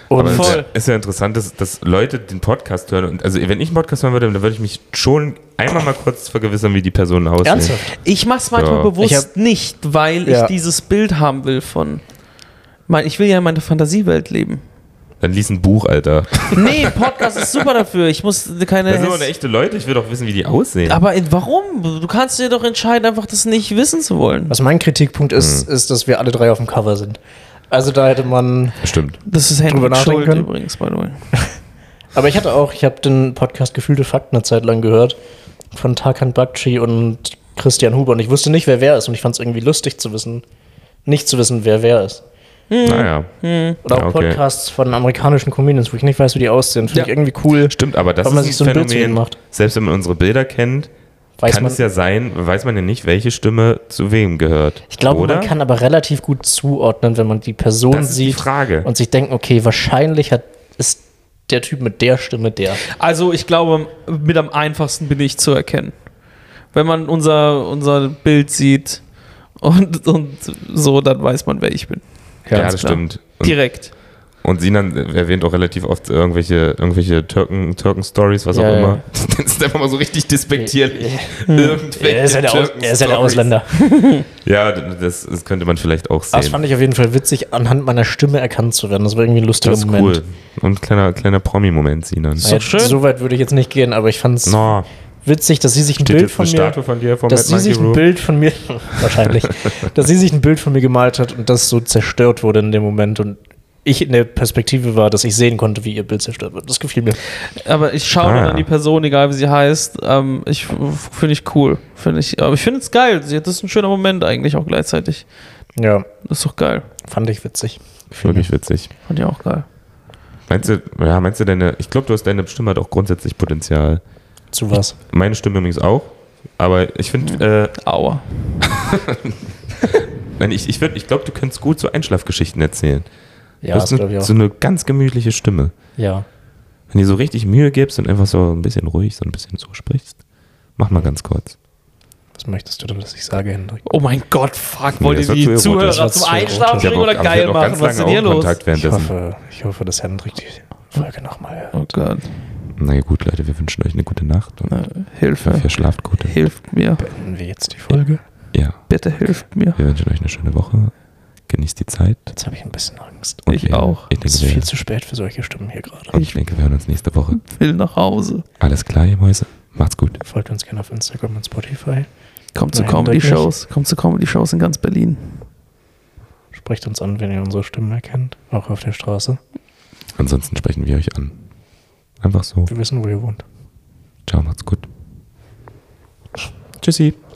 S2: Und
S3: Aber es ist,
S1: voll.
S3: ja, ist ja interessant, dass, dass Leute den Podcast hören. Und, also, wenn ich einen Podcast hören würde, dann würde ich mich schon einmal mal kurz vergewissern, wie die Person aussieht.
S2: ernsthaft?
S1: Ich mach's manchmal
S3: Ja.
S1: bewusst
S2: Ich hab-
S1: nicht, weil
S2: Ja.
S1: ich dieses Bild haben will von. Mein, ich will ja in meiner Fantasiewelt leben.
S3: Dann lies ein Buch, Alter.
S1: Nee, Podcast ist super dafür. Ich muss keine.
S3: Das sind aber echte Leute. Ich will doch wissen, wie die aussehen.
S1: aber in, warum? Du kannst dir doch entscheiden, einfach das nicht wissen zu wollen.
S2: Was mein Kritikpunkt ist,
S3: Hm.
S2: ist, dass wir alle drei auf dem Cover sind. Also da hätte man
S3: Stimmt.
S1: Das ist
S2: Drüber
S1: Hendrik
S2: nachdenken
S1: Schuld
S2: können?
S1: übrigens, by the way.
S2: Aber ich hatte auch, ich habe den Podcast Gefühlte Fakten eine Zeit lang gehört von Tarkan Bakci und Christian Huber und ich wusste nicht, wer wer ist und ich fand es irgendwie lustig zu wissen, nicht zu wissen, wer wer ist.
S3: Naja.
S2: Oder auch
S3: Ja, okay.
S2: Podcasts von amerikanischen Comedians, wo ich nicht weiß, wie die aussehen, finde
S1: Ja.
S2: ich irgendwie cool.
S3: Stimmt, aber das
S2: Weil man
S3: ist ein
S2: sich so ein Bild zu
S3: Phänomen.
S2: ihnen macht.
S3: Selbst wenn man unsere Bilder kennt,
S2: Weiß
S3: kann
S2: man,
S3: es ja sein, weiß man ja nicht, welche Stimme zu wem gehört.
S2: ich glaube,
S3: Oder?
S2: man kann aber relativ gut zuordnen, wenn man die Person
S3: Das ist die
S2: sieht
S3: Frage.
S2: und sich denkt, okay, wahrscheinlich hat ist der Typ mit der Stimme der.
S1: Also ich glaube, mit am einfachsten bin ich zu erkennen. Wenn man unser, unser Bild sieht und, und so, dann weiß man, wer ich bin.
S3: Ja, also,
S1: ganz
S3: das
S1: klar.
S3: stimmt. Und,
S1: Direkt.
S3: und Sinan erwähnt auch relativ oft irgendwelche, irgendwelche Türken- Türken-Stories, was
S2: Ja,
S3: auch
S2: ja.
S3: immer. Das ist einfach mal so richtig despektierlich. Hm. Irgendwelche
S2: Er ist ja der, Aus, er ist ja der
S3: Türken-Stories.
S2: Ausländer.
S3: Ja, das, das könnte man vielleicht auch
S2: Das
S3: sehen.
S2: fand ich auf jeden Fall witzig, anhand meiner Stimme erkannt zu werden. Das war irgendwie ein lustiger
S3: Das ist
S2: Moment. Ah,
S3: cool. Und kleiner, kleiner Promi-Moment, Sinan.
S1: So
S2: Ja,
S1: schön.
S2: So weit würde ich jetzt nicht gehen, aber ich fand es
S3: No,
S2: witzig, dass sie sich ein
S3: steht
S2: Bild
S3: jetzt
S2: von
S3: eine
S2: mir,
S3: Statue von dir vom
S2: dass sie
S3: Mad
S2: sich
S3: Monkey
S2: ein
S3: Room?
S2: Bild von mir, wahrscheinlich, dass sie sich ein Bild von mir gemalt hat und das so zerstört wurde in dem Moment und ich in der Perspektive war, dass ich sehen konnte, wie ihr Bild zerstört wird. Das gefiel mir.
S1: Aber ich schaue
S3: Ah.
S1: dann an die Person, egal wie sie heißt. Ähm, ich finde ich cool. Finde ich, aber ich finde es geil. Sie- Das ist ein schöner Moment eigentlich auch gleichzeitig.
S2: Ja,
S1: Das ist doch geil.
S2: fand ich witzig.
S3: Wirklich witzig.
S1: Fand ich auch geil.
S3: Meinst du, ja, meinst du deine, ich glaube, du hast deine Stimme hat auch grundsätzlich Potenzial.
S2: Zu was?
S3: Meine Stimme übrigens auch. Aber ich finde,
S1: Aua.
S3: äh, nein, ich, ich, würd- ich glaube, du könntest gut so Einschlafgeschichten erzählen.
S2: Ja,
S3: du
S2: das
S3: hast ne-
S2: glaube ich auch.
S3: so eine ganz gemütliche Stimme.
S2: Ja.
S3: Wenn du so richtig Mühe gibst und einfach so ein bisschen ruhig, so ein bisschen so sprichst. Mach mal ganz kurz.
S2: Was möchtest du denn, dass ich sage, Hendrik?
S1: Oh mein Gott, fuck.
S3: Nee,
S1: Wollt
S3: das
S1: ihr
S3: war zu
S1: die
S3: erotisch.
S1: Zuhörer
S2: Das war
S1: zum
S2: zu erotisch.
S1: Einschlafen bringen oder
S3: aber ich
S1: geil
S3: hatte auch
S1: machen? Was ist denn hier los?
S3: Augenkontakt
S2: Ich
S3: währenddessen.
S2: hoffe, ich hoffe, dass Hendrik die Folge nochmal hört.
S1: Oh Gott.
S3: Na ja, gut, Leute, wir wünschen euch eine gute Nacht und
S1: Äh,
S3: ich hoffe,
S1: Hilfe.
S3: ihr schlaft gut.
S1: Hilft mir.
S2: Beenden wir jetzt die Folge.
S3: Ja,
S1: Bitte hilft mir.
S3: wir wünschen euch eine schöne Woche. Genießt die Zeit.
S2: Jetzt habe ich ein bisschen Angst.
S3: Und
S1: Ich
S3: wir-
S1: auch.
S3: Ich
S2: Es
S3: denke,
S2: ist viel
S3: wir,
S2: zu spät für solche Stimmen hier gerade.
S3: und ich denke, wir hören uns nächste Woche.
S1: Will nach Hause.
S3: Alles klar, ihr Mäuse. Macht's gut.
S2: Folgt uns gerne auf Instagram und Spotify.
S1: Kommt zu
S2: Nein, doch nicht.
S1: Comedy-Shows. Kommt zu Comedy-Shows in ganz Berlin.
S2: Sprecht uns an, wenn ihr unsere Stimmen erkennt. Auch auf der Straße.
S3: Ansonsten sprechen wir euch an. Einfach so.
S2: Wir wissen, wo ihr wohnt.
S3: Ciao, macht's gut. Tschüssi.